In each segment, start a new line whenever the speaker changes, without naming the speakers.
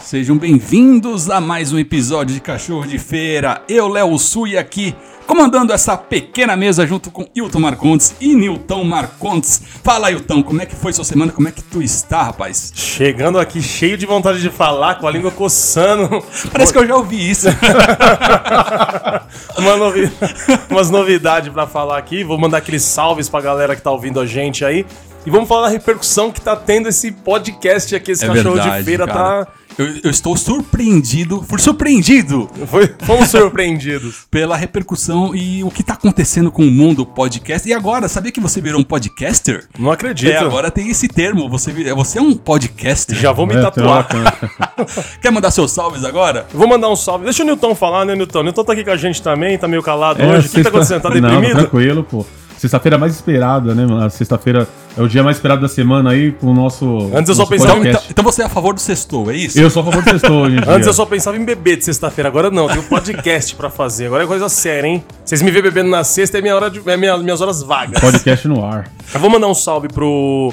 Sejam bem-vindos a mais um episódio de Cachorro de Feira. Eu, Léo Sui, aqui comandando essa pequena mesa junto com Hilton Marcontes e Nilton Marcontes. Fala, Hilton, como é que foi sua semana? Como é que tu está, rapaz?
Chegando aqui cheio de vontade de falar, com a língua coçando,
Parece que eu já ouvi isso.
uma novi- umas novidades pra falar aqui. Vou mandar aqueles salves pra galera que tá ouvindo a gente aí. E vamos falar da repercussão que tá tendo esse podcast aqui. Esse cachorro de feira
É cara.
tá.
Eu, eu estou surpreendido, fui surpreendido
Foi- Fomos surpreendidos.
pela repercussão e o que tá acontecendo com o mundo podcast. E agora, sabia que você virou um podcaster?
Não acredito.
É, agora tem esse termo. Você, vir- você é um podcaster.
Já vou me
É,
tatuar.
troca.
Quer mandar seus salves agora?
Vou mandar um salve. Deixa o Newton falar, né, Newton? O Newton tá aqui com a gente também, tá meio calado
É,
hoje. O que
sexta-
tá acontecendo? Tá
Não,
deprimido?
tranquilo, pô. Sexta-feira mais esperada, né, mano? A Sexta-feira é o dia mais esperado da semana aí com o nosso.
Antes eu só
nosso
pensava em
Então,
podcast.
então você é a favor do sextou, é isso?
Eu sou a favor do sextou hoje. em dia.
Antes eu só pensava em beber de sexta-feira, agora não, tem um podcast pra fazer. Agora é coisa séria, hein? Vocês me vê bebendo na sexta, é minha hora de, é minha- minhas horas vagas.
Podcast no ar.
Eu vou mandar um salve pro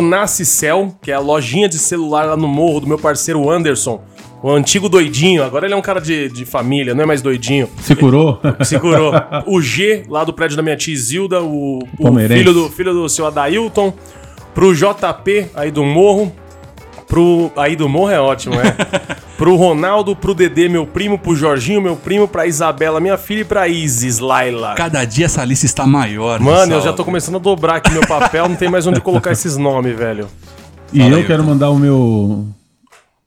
Onacicel, que é a lojinha de celular lá no morro do meu parceiro Anderson, o antigo doidinho. Agora ele é um cara de, de família, não é mais doidinho.
Se curou?
Segurou. O G, lá do prédio da minha tia Isilda, o, o
Palmeirense.
filho, do, filho do seu Adailton, pro JP aí do Morro, pro. Aí do Morro é ótimo, é. pro Ronaldo, pro Dedê, meu primo, pro Jorginho, meu primo, pra Isabela, minha filha, e pra Isis, Laila.
Cada dia essa lista está maior. né,
Mano, eu
Salve.
já tô começando a dobrar aqui meu papel, não tem mais onde colocar esses nomes, velho.
e
Fala
eu
aí,
quero
Hilton.
mandar o meu.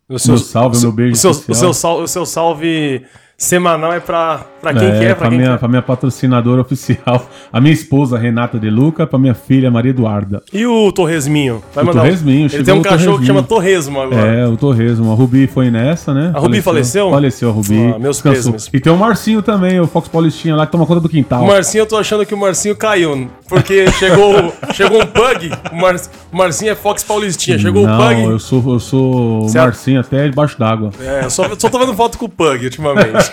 O
Meu salve,
o
meu beijo
O seu, o,
especial.
seu salve, o seu salve semanal é pra, pra quem
é,
quer, pra
pra,
quem
minha,
quer.
pra minha patrocinadora oficial, a minha esposa Renata De Luca, pra minha filha Maria Eduarda.
E o Torresminho? Vai
O
mandar um-
Torresminho,
Ele
chegou
tem um
o
cachorro que
Torresminho.
chama Torresmo agora.
É, o Torresmo. A Rubi foi nessa, né?
A Rubi faleceu?
Faleceu a Rubi.
Ah, meus
Descansou.
pêsames.
E tem o Marcinho também, o Fox Paulistinha lá que toma conta do quintal.
O Marcinho, eu tô achando que o Marcinho caiu, porque chegou, chegou um bug. O, Mar, o Marcinho é Fox Paulistinha, chegou
Não,
o bug.
eu sou, eu sou
Você é-
Marcinho até debaixo d'água.
É, eu só, só tô vendo foto com o bug ultimamente.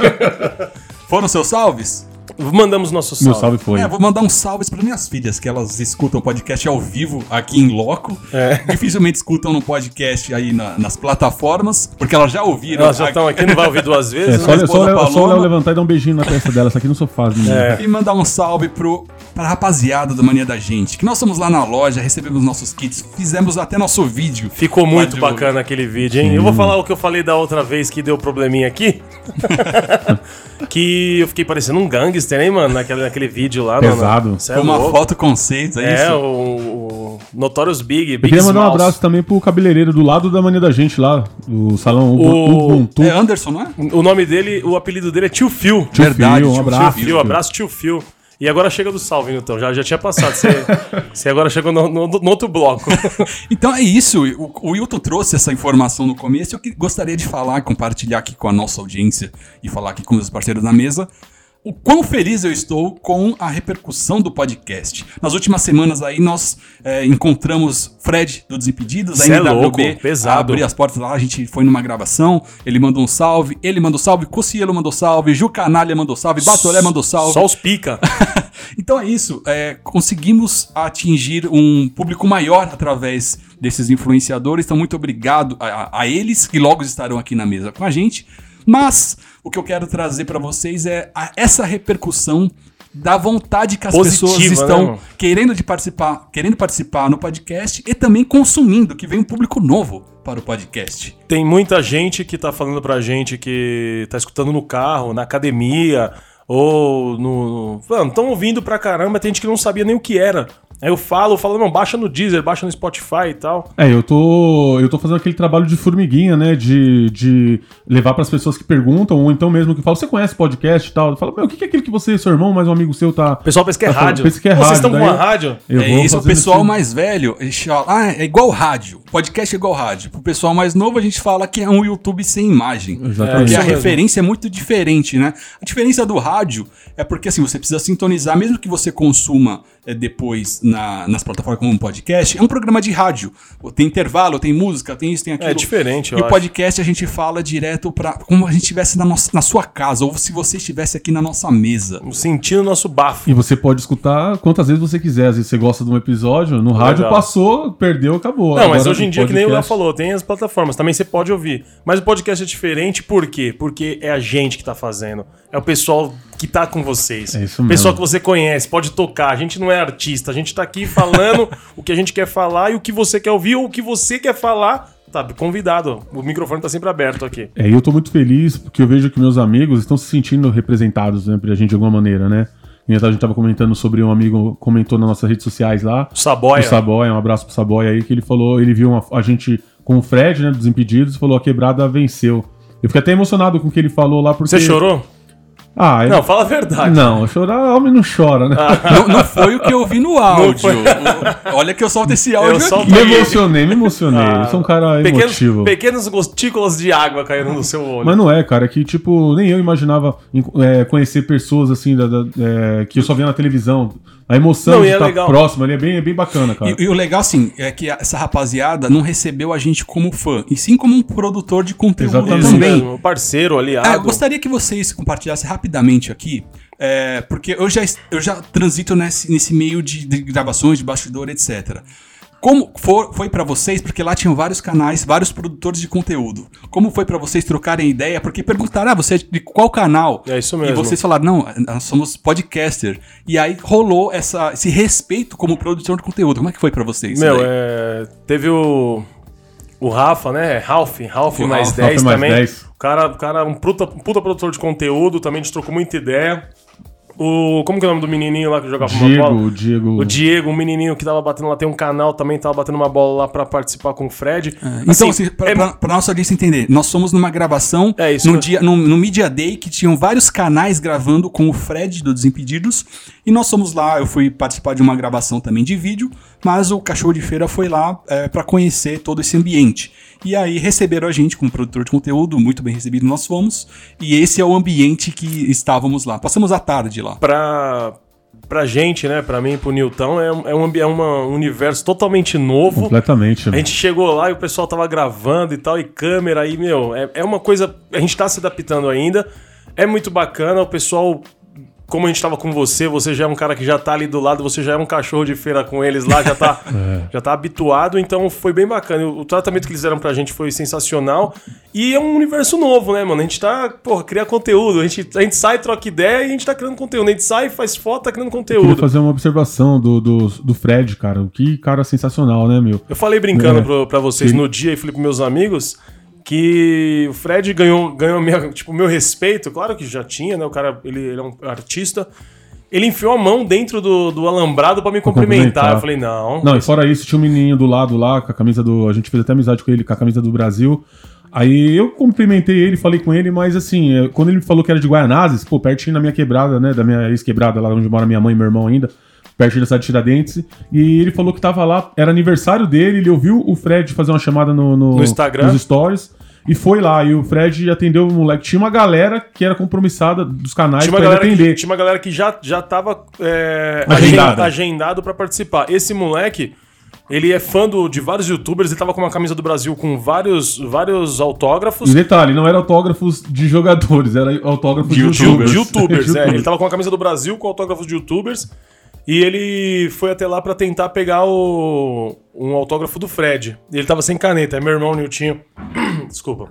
Foram seus salves?
Mandamos nosso salve.
Meu salve foi.
É, vou mandar uns salves para minhas filhas, que elas escutam o podcast ao vivo aqui em loco.
É.
Dificilmente escutam no podcast aí na- nas plataformas, porque elas já ouviram.
Elas já estão aqui, não vai ouvir duas
É,
vezes.
só,
né?
só,
esposa
só, o
Paloma.
Léo levantar e dar um beijinho na testa dela. Isso aqui não né? sofá, menino.
É.
E mandar um salve pro, pra rapaziada do Mania da Gente, que nós fomos lá na loja, recebemos nossos kits, fizemos até nosso vídeo.
Ficou muito
Pode-
bacana aquele vídeo, hein? Eu vou falar o que eu falei da outra vez que deu probleminha aqui. que eu fiquei parecendo um gangster, hein, mano? Naquele, naquele vídeo lá. mano.
Pesado.
Cê é
Foi uma
louco.
foto conceito, é,
É,
isso?
o, o Notorious Big,
Eu
Big
queria mandar um
Smalls.
abraço também pro cabeleireiro do lado da mania da gente lá, do salão
O-
Ubuntu.
É Anderson, não é?
O nome dele, o apelido dele é Tio Phil.
Tio
verdade,
Fio,
tio
um abraço.
Tio Phil, abraço Tio Phil. E agora chega do salve, Newton. Já, já tinha passado. Você, você agora chegou no, no- no outro bloco.
Então é isso. O, o Wilton trouxe essa informação no começo. Eu que- gostaria de falar, compartilhar aqui com a nossa audiência e falar aqui com os parceiros na mesa. O quão feliz eu estou com a repercussão do podcast. Nas últimas semanas aí nós é, encontramos Fred do Desimpedidos,
Cê é louco, pesado.
abre as portas lá, a gente foi numa gravação, ele mandou um salve, ele mandou salve, Cocielo mandou salve, Ju Canalha mandou salve, Batolé mandou salve.
Só os pica.
Então é isso. é, conseguimos atingir um público maior através desses influenciadores. Então, muito obrigado a, a- a eles que logo estarão aqui na mesa com a gente. Mas o que eu quero trazer para vocês é a- essa repercussão da vontade que as
Positiva,
pessoas
né,
estão
mano?
querendo de participar, querendo participar no podcast e também consumindo, que vem um público novo para o podcast.
Tem muita gente que tá falando pra gente que tá escutando no carro, na academia, ou no. no- Mano, tão ouvindo pra caramba, tem gente que não sabia nem o que era. Aí eu falo, falo, não, baixa no Deezer, baixa no Spotify e tal.
É, eu tô, eu tô fazendo aquele trabalho de formiguinha, né? De, de levar pras pessoas que perguntam, ou então mesmo que falam, você conhece podcast e tal? Eu falo, meu, o que que é aquilo que você e seu irmão, mais um amigo seu, tá.
O pessoal pensa que é
Tá falando,
rádio.
pensa que é
Pô, Vocês
rádio,
estão com
daí
uma
eu-
rádio?
Eu
é
vou
isso, o
fazendo
pessoal
esse-
mais velho, eles falam, ah, é igual rádio. Podcast é igual rádio. Pro pessoal mais novo, a gente fala que é um YouTube sem imagem.
Exatamente.
Porque a
Isso mesmo.
referência é muito diferente, né? A diferença do rádio é porque assim, você precisa sintonizar, mesmo que você consuma eh, depois na- nas plataformas como um podcast, é um programa de rádio. Tem intervalo, tem música, tem isso, tem aquilo.
É diferente, eu
E o
acho.
podcast a gente fala direto pra. como a gente estivesse na, nossa- na sua casa, ou se você estivesse aqui na nossa mesa.
Sentindo o nosso bafo.
E você pode escutar quantas vezes você quiser. Às vezes você gosta de um episódio, no rádio
Legal.
passou, perdeu, acabou.
Não, mas
Agora,
hoje em
no
dia, que nem o Léo
podcast-
falou, tem as plataformas, também você pode ouvir. Mas o podcast é diferente, por quê? Porque é a gente que tá fazendo. É o pessoal que tá com vocês.
É isso mesmo.
Pessoal que você conhece, pode tocar. A gente não é artista, a gente tá aqui falando o que a gente quer falar e o que você quer ouvir ou o que você quer falar. Tá convidado. O microfone tá sempre aberto aqui.
É, e eu tô muito feliz porque eu vejo que meus amigos estão se sentindo representados, né, pra gente de alguma maneira, né? E a gente tava comentando sobre um amigo comentou nas nossas redes sociais lá.
O Saboia.
O Saboia, um abraço pro Saboia aí, que ele falou, ele viu uma- a gente com o Fred, né, dos Impedidos, e falou a quebrada venceu. Eu fiquei até emocionado com o que ele falou lá, porque...
Você chorou?
Ah, eu...
Não, fala Ah, a verdade.
Não, chorar, homem não chora, né?
não, não foi o que eu vi no áudio.
foi.
O- Olha que eu solto esse áudio.
solto
aqui.
Me emocionei, me emocionei. eu sou um cara
Ah, Pequenos,
emotivo.
pequenos gotículas de água caindo no seu olho.
Mas não é, cara, que tipo, nem eu imaginava em- é, conhecer pessoas assim da- da- é, que eu só via na televisão. A emoção
Não, e
de
é
estar
legal.
próximo ali é bem, é bem bacana, cara.
E, e o legal, assim, é que a- essa rapaziada não recebeu a gente como fã, e sim como um produtor de conteúdo
Exatamente.
também.
mesmo, parceiro, aliado.
Ah, eu gostaria que vocês compartilhassem rapidamente aqui, é, porque eu já, es- eu já transito nesse, nesse meio de, de gravações, de bastidor, etc. Como for- foi pra vocês, porque lá tinham vários canais, vários produtores de conteúdo. Como foi pra vocês trocarem ideia? Porque perguntaram, ah, você é de qual canal?
É isso mesmo.
E vocês falaram, não, nós somos podcaster. E aí rolou essa, esse respeito como produtor de conteúdo. Como é que foi pra vocês?
Meu,
isso daí?
é, teve o. O Rafa, né? Ralph, Ralph
O
mais
Ralph.
10
Ralph mais
também.
10.
O cara, o cara é um puta, um puta produtor de conteúdo, também a gente trocou muita ideia. O. Como que é o nome do menininho lá que jogava uma bola?
Diego, Diego.
O Diego, um menininho que tava batendo lá, tem um canal também, tava batendo uma bola lá pra participar com o Fred.
Então, assim, pra,
é-
pra- pra nossa audiência entender, nós somos numa gravação
É isso,
num
né?
dia, num, num Media Day que tinham vários canais gravando com o Fred do Desimpedidos. E nós somos lá, eu fui participar de uma gravação também de vídeo, mas o Cachorro de Feira foi lá é, para conhecer todo esse ambiente. E aí receberam a gente como produtor de conteúdo, muito bem recebido nós fomos. E esse é o ambiente que estávamos lá. Passamos a tarde lá.
pra, pra gente, né? Pra mim e pro Newton, é, um- é, um, ambi- é uma- um universo totalmente novo.
Completamente.
A gente chegou lá e o pessoal tava gravando e tal, e câmera, aí, meu, é, é uma coisa. A gente tá se adaptando ainda. É muito bacana, o pessoal. Como a gente tava com você, você já é um cara que já tá ali do lado, você já é um cachorro de feira com eles lá, já tá, já tá habituado, então foi bem bacana. E O, o tratamento que eles deram pra gente foi sensacional. E é um universo novo, né, mano? A gente tá, porra, criar conteúdo. A gente, a gente sai, troca ideia e a gente tá criando conteúdo. A gente sai, faz foto, tá criando
Eu queria
conteúdo.
fazer uma observação do, do, do Fred, cara. Que cara sensacional, né, meu?
Eu falei brincando
É.
pro, pra vocês
Sim.
no dia e falei pros meus amigos que o Fred ganhou, ganhou minha, tipo, meu respeito. Claro que já tinha, né? O cara, ele, ele é um artista. Ele enfiou a mão dentro do, do alambrado pra me cumprimentar. Eu falei, não.
Não, e fora isso, tinha um menininho do lado lá, com a camisa do. A gente fez até amizade com ele, com a camisa do Brasil. Aí eu cumprimentei ele, falei com ele, mas assim, eh, quando ele me falou que era de Guaianazes, pô, pertinho da minha quebrada, né? Da minha ex-quebrada, lá onde mora minha mãe e meu irmão ainda, pertinho da cidade de Tiradentes. E ele falou que tava lá, era aniversário dele, ele ouviu o Fred fazer uma chamada no,
No Instagram.
nos stories. E foi lá, e o Fred atendeu o moleque. Tinha uma galera que era compromissada dos canais
Tinha uma,
pra ele
galera
atender.
que, tinha uma galera que já, já tava é, agen-
Agendada.
agendado pra participar. Esse moleque, ele é fã do- de vários youtubers, ele tava com uma camisa do Brasil com vários, vários autógrafos.
E detalhe, não era autógrafos de jogadores, era autógrafos
de
de, youtubers.
youtubers. youtubers, é. Ele
Youtubers.
tava com a camisa do Brasil com autógrafos de youtubers. E ele foi até lá pra tentar pegar o, um autógrafo do Fred. E Ele tava sem caneta, é meu irmão Niltinho. Desculpa.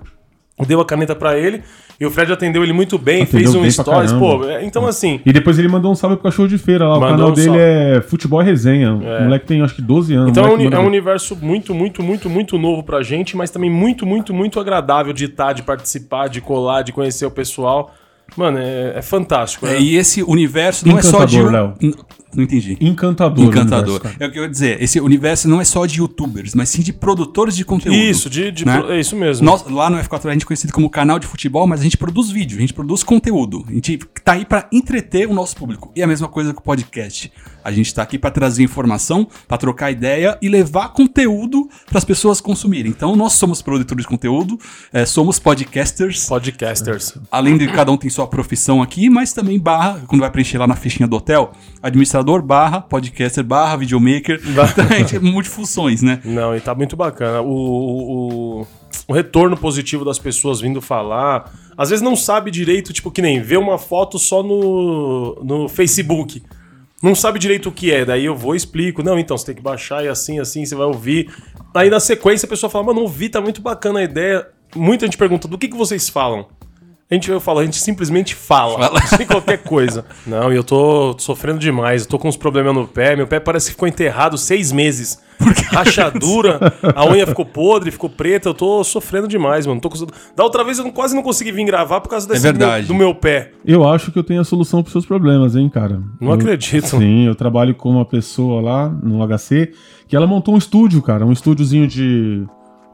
Deu a caneta pra ele e o Fred atendeu ele muito bem,
Atendeu
fez um
bem pra
stories.
caramba. Ah.
Pô, é, então assim,
E depois ele mandou um salve pro cachorro de feira lá. O
Mandou
canal
um
dele
salve. É.
é Futebol e Resenha. O moleque tem acho que 12 anos.
Então é
o
um,
moleque
uni- é
manda
um
bem.
universo muito, muito, muito, muito novo pra gente, mas também muito, muito, muito agradável de estar, de participar, de colar, de conhecer o pessoal. Mano, é, é fantástico.
É,
né?
e esse universo não é só de.
Encantador, Léo.
N- Não entendi.
encantador. o
Encantador.
universo, cara.
é o que eu ia dizer. Esse universo não é só de youtubers, mas sim de produtores de conteúdo.
Isso, de, de-
né?
é isso mesmo.
Nós, lá no F4 a gente é conhecido como canal de futebol, mas a gente produz vídeo, a gente produz conteúdo. A gente tá aí pra entreter o nosso público. E a mesma coisa com o podcast. A gente tá aqui pra trazer informação, pra trocar ideia e levar conteúdo pras pessoas consumirem. Então nós somos produtores de conteúdo, eh, somos podcasters.
Podcasters.
Além de cada um tem sua profissão aqui, mas também barra, quando vai preencher lá na fichinha do hotel, administrador barra, podcaster barra, videomaker. Então a gente é multifunções, né?
Não, e tá muito bacana. O, o, o- o retorno positivo das pessoas vindo falar. Às vezes não sabe direito, tipo, que nem vê uma foto só no, no Facebook. Não sabe direito o que é, daí eu vou e explico. Não, então você tem que baixar e assim, assim, você vai ouvir. Aí na sequência a pessoa fala, mano, ouvi, tá muito bacana a ideia. Muita gente pergunta, do que, que vocês falam? A gente, eu falo, a gente simplesmente fala, sem qualquer coisa. Não, e eu tô sofrendo demais, eu tô com uns problemas no pé, meu pé parece que ficou enterrado seis meses. Rachadura, a unha ficou podre, ficou preta, eu tô sofrendo demais, mano. Tô cons- Da outra vez eu não- quase não consegui vir gravar por
É
causa desse
verdade.
meu- do meu pé.
Eu acho que eu tenho a solução para os seus problemas, hein, cara.
Não
Eu-
acredito.
Hum. Sim, eu trabalho com uma pessoa lá no HC que ela montou um estúdio, cara, um estúdiozinho de,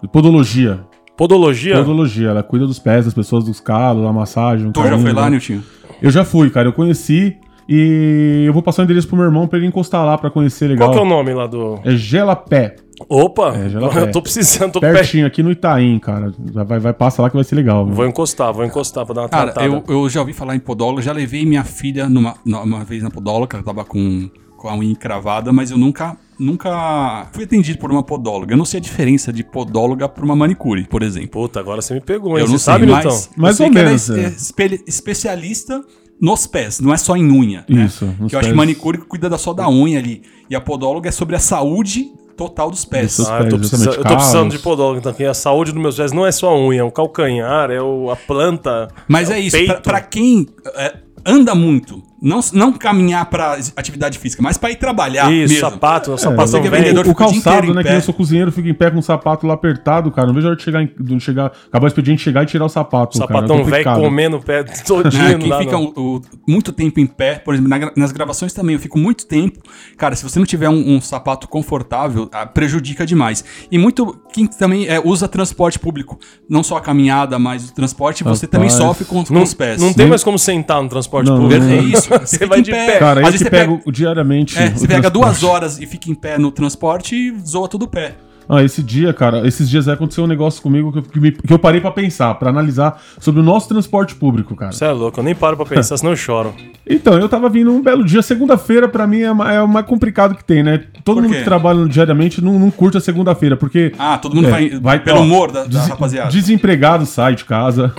de podologia.
Podologia?
Podologia, ela cuida dos pés das pessoas, dos calos, da massagem.
Tu já
carinho,
foi lá,
né?
Niltinho?
Eu já fui, cara, eu conheci e eu vou passar o endereço pro meu irmão pra ele encostar lá pra conhecer legal.
Qual que é o nome lá do.
É Gelapé,
Opa!
É, gelapé.
eu tô precisando, tô com o pé.
pertinho aqui no Itaim, cara. Já Vai, vai passa lá que vai ser legal. viu?
Vou encostar, vou encostar pra dar uma
Cara,
tratada.
eu, eu já ouvi falar em podóloga, já levei minha filha numa, numa- uma vez na podóloga, ela tava com, com a unha encravada, mas eu nunca, nunca fui atendido por uma podóloga. Eu não sei a diferença de podóloga para uma manicure, por exemplo.
Puta, agora você me pegou, hein?
Eu
Você
não
é, sabe,
sei, mas,
Nilton?
eu
Mais
sei
ou
que ela
menos,
é
é.
espe- especialista nos pés, não é só em unha. né?
Isso, nos
Que eu acho que
pés.
manicure cuida da- só da unha ali. E a podóloga é sobre a saúde total dos pés.
Dos seus-
Ah, eu tô,
pés,
precisa-
justamente
eu tô precisando
calos.
de podólogo, então, que a saúde dos meus pés não é só a unha, é o calcanhar, é o, a planta.
Mas é,
o
isso,
peito.
pra, pra quem é, anda muito, não, não caminhar pra atividade física, mas pra ir trabalhar
Isso,
mesmo.
sapato,
você
sapatão
que é
velho.
vendedor,
O, o
fica o dia inteiro
calçado,
em
né?
pé.
Que eu sou cozinheiro, fico em pé com o sapato lá apertado, cara. Não vejo a hora de chegar, em- de chegar acabar o expediente, chegar e tirar o sapato. cara.
sapatão
É
velho
complicado.
comendo o pé
né?
todinho.
Quem
lá,
fica
não.
o- o- muito tempo em pé, por exemplo, na gra- nas gravações também, eu fico muito tempo. Cara, se você não tiver um, um sapato confortável, ah, prejudica demais. E muito quem também é, usa transporte público, não só a caminhada, mas o transporte, você também
Rapaz.
sofre com, com
não,
os pés.
não tem mais como sentar no transporte
Não,
público.
É isso.
Você
fica
vai
em
de pé.
Cara,
Às
eu
vezes
que
você
pego diariamente.
É,
o
você pega
transporte.
duas horas e fica em pé no transporte e zoa todo o pé.
Ah, esse dia, cara, esses dias aí aconteceu um negócio comigo que eu, que me- que eu parei pra pensar, pra analisar sobre o nosso transporte público, cara.
Você é louco, eu nem paro pra pensar, senão eu choro.
Então, eu tava vindo um belo dia. Segunda-feira, pra mim, é, ma- é o mais complicado que tem, né? Todo
Por
mundo
quê?
que trabalha diariamente não, não curte a segunda-feira, porque.
Ah, todo mundo
É,
vai, pelo
ó,
humor da, da
des-
rapaziada.
Desempregado sai de casa.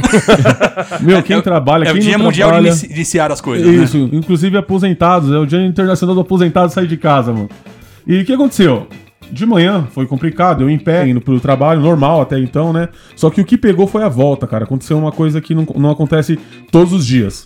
Meu, quem
É o-
trabalha,
é o
quem
dia
não
mundial
trabalha...
de inici- iniciar as coisas, né?
Isso, inclusive aposentados, é o Dia Internacional do Aposentado sair de casa, mano. E o que aconteceu? De manhã foi complicado, eu em pé, indo pro trabalho, normal até então, né? Só que o que pegou foi a volta, cara. Aconteceu uma coisa que não, não acontece todos os dias.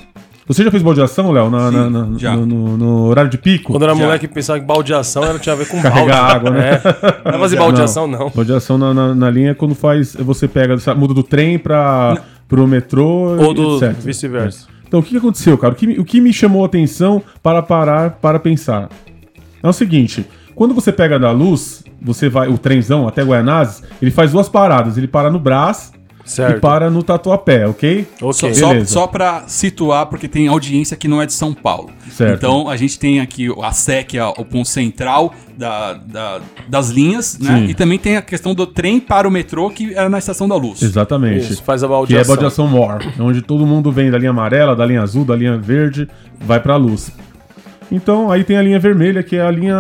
Você já fez baldeação, Léo, na-
Sim,
na- na-
já.
no, no- no horário de pico?
Quando eu era
Já.
moleque, pensava que baldeação era, tinha a ver com balde.
Carregar água, né?
É. Não vai fazer baldeação, não.
Baldeação na, na, na linha é quando faz. Você pega, sabe, muda do trem pra, pro metrô.
Ou
e
do
etc.
vice-versa.
É. Então o que que aconteceu, cara? O que, me- o que me chamou a atenção para parar para pensar? É o seguinte. Quando você pega da luz, você vai, o trenzão até Guaianazes, ele faz duas paradas. Ele para no Brás e
Certo.
para no Tatuapé, ok?
Só,
Ok.
só,
Beleza.
só pra situar, porque tem audiência que não é de São Paulo.
Certo.
Então a gente tem aqui a SEC, a- o ponto central da- da- das linhas, né?
Sim.
E também tem a questão do trem para o metrô, que era na Estação da Luz.
Exatamente.
Isso, faz a
Que
baldeação.
é baldeação mor, onde todo mundo vem da linha amarela, da linha azul, da linha verde, vai pra luz. Então, aí tem a linha vermelha, que é a linha.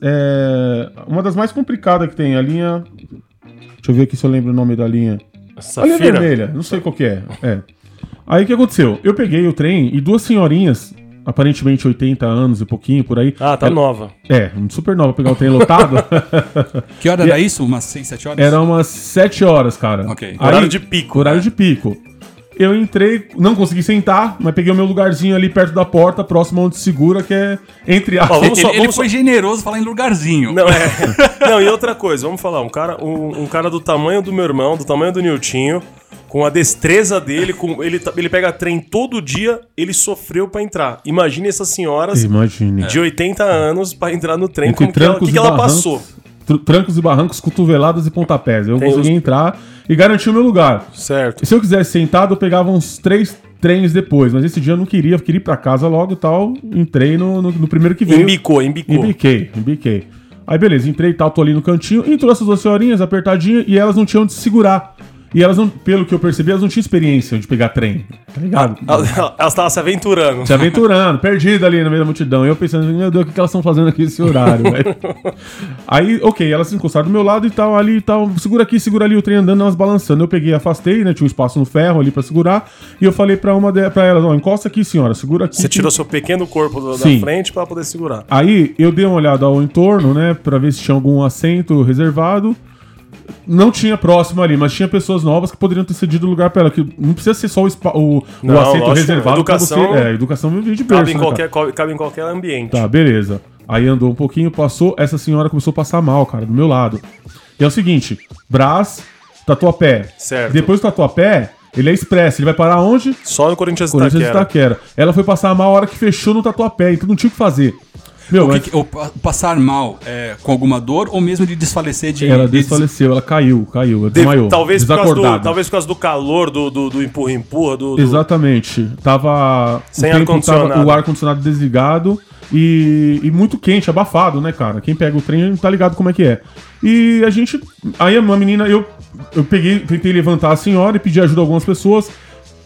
é, uma das mais complicadas que tem, a linha. Deixa eu ver aqui se eu lembro o nome da linha. A
Safira.
linha é vermelha, não sei qual que é. É. Aí o que aconteceu? Eu peguei o trem e duas senhorinhas, aparentemente 80 anos e pouquinho por aí.
Ah, tá
Ela-
nova.
É, super nova pegar o trem lotado.
Que hora era isso? Umas 6, 7 horas?
é- Era um- umas 7 horas, cara.
Ok.
Horário de pico, né?
Horário de pico. Eu entrei, não consegui sentar, mas peguei o meu lugarzinho ali perto da porta, próximo onde segura, que é entre a.
Ó, vamos
Ele,
só-
ele
vamos
foi generoso falar em lugarzinho.
Não, é. Não, e outra coisa, vamos falar, um cara, um, um cara do tamanho do meu irmão, do tamanho do Niltinho, com a destreza dele, com ele, tá- ele pega trem todo dia, ele sofreu pra entrar. Imagine essas senhoras
Imagine.
de 80 anos pra entrar no trem,
Entre
como que ela,
trancos
que que
e
ela
barrancos,
passou?
tr- Trancos e barrancos, cotoveladas e pontapés. Eu
Tem
consegui
os-
entrar e garanti o meu lugar.
Certo.
Se eu quisesse sentado, eu pegava uns três trens depois, mas esse dia eu não queria, eu queria ir pra casa logo e tal. Entrei no, no, no primeiro que veio.
Embicou, embicou.
Embiquei, embiquei. Aí beleza, entrei e tal, tô ali no cantinho, entrou essas duas senhorinhas apertadinha e elas não tinham onde se segurar. E elas não, pelo que eu percebi, elas não tinham experiência de pegar trem. Tá ligado?
Elas estavam se aventurando.
Se aventurando, perdido ali no meio da multidão. E eu pensando, meu Deus, o que que elas estão fazendo aqui nesse horário, velho? Aí, ok, elas se encostaram do meu lado e tal, ali e tal, segura aqui, segura ali, o trem andando, elas balançando. Eu peguei, afastei, né? Tinha um espaço no ferro ali pra segurar. E eu falei pra uma de, pra elas, ó, encosta aqui, senhora, segura aqui.
Você
que-
tirou seu pequeno corpo do- da
Sim.
frente pra poder segurar.
Aí eu dei uma olhada ao entorno, né, Pra ver se tinha algum assento reservado. Não tinha próximo ali, mas tinha pessoas novas que poderiam ter cedido lugar pra ela. Que não precisa ser só o, espa- o- o
Não,
assento
lógico,
reservado.
educação-
Pra você, é, educação vive de berço,
Cabe em,
né,
qualquer,
cara?
co- cabe em qualquer ambiente.
Tá, beleza. Aí andou um pouquinho, passou. Essa senhora começou a passar mal, cara, do meu lado. E é o seguinte: Brás, tatuapé.
Certo.
Depois do tatuapé, ele é expresso. Ele vai parar onde?
Só no Corinthians e
Corinthians de
Itaquera.
Taquera. Ela foi passar mal a hora que fechou no tatuapé, então não tinha o que fazer. Meu,
O
mas
que que- o pa- passar mal é, com alguma dor ou mesmo de desfalecer de.
ela
de-
desfaleceu, ela caiu, caiu, ela
Deve-
desmaiou.
talvez, por causa do,
desacordada.
talvez por causa do calor, do, do, do empurra-empurra, do, do-
Exatamente. Tava. o
Sem
tempo
ar-condicionado.
tava O ar-condicionado desligado e, e muito quente, abafado, né, cara? Quem pega o trem não tá ligado como é que é. E a gente. Aí uma menina, eu, eu peguei, tentei levantar a senhora e pedi ajuda a algumas pessoas.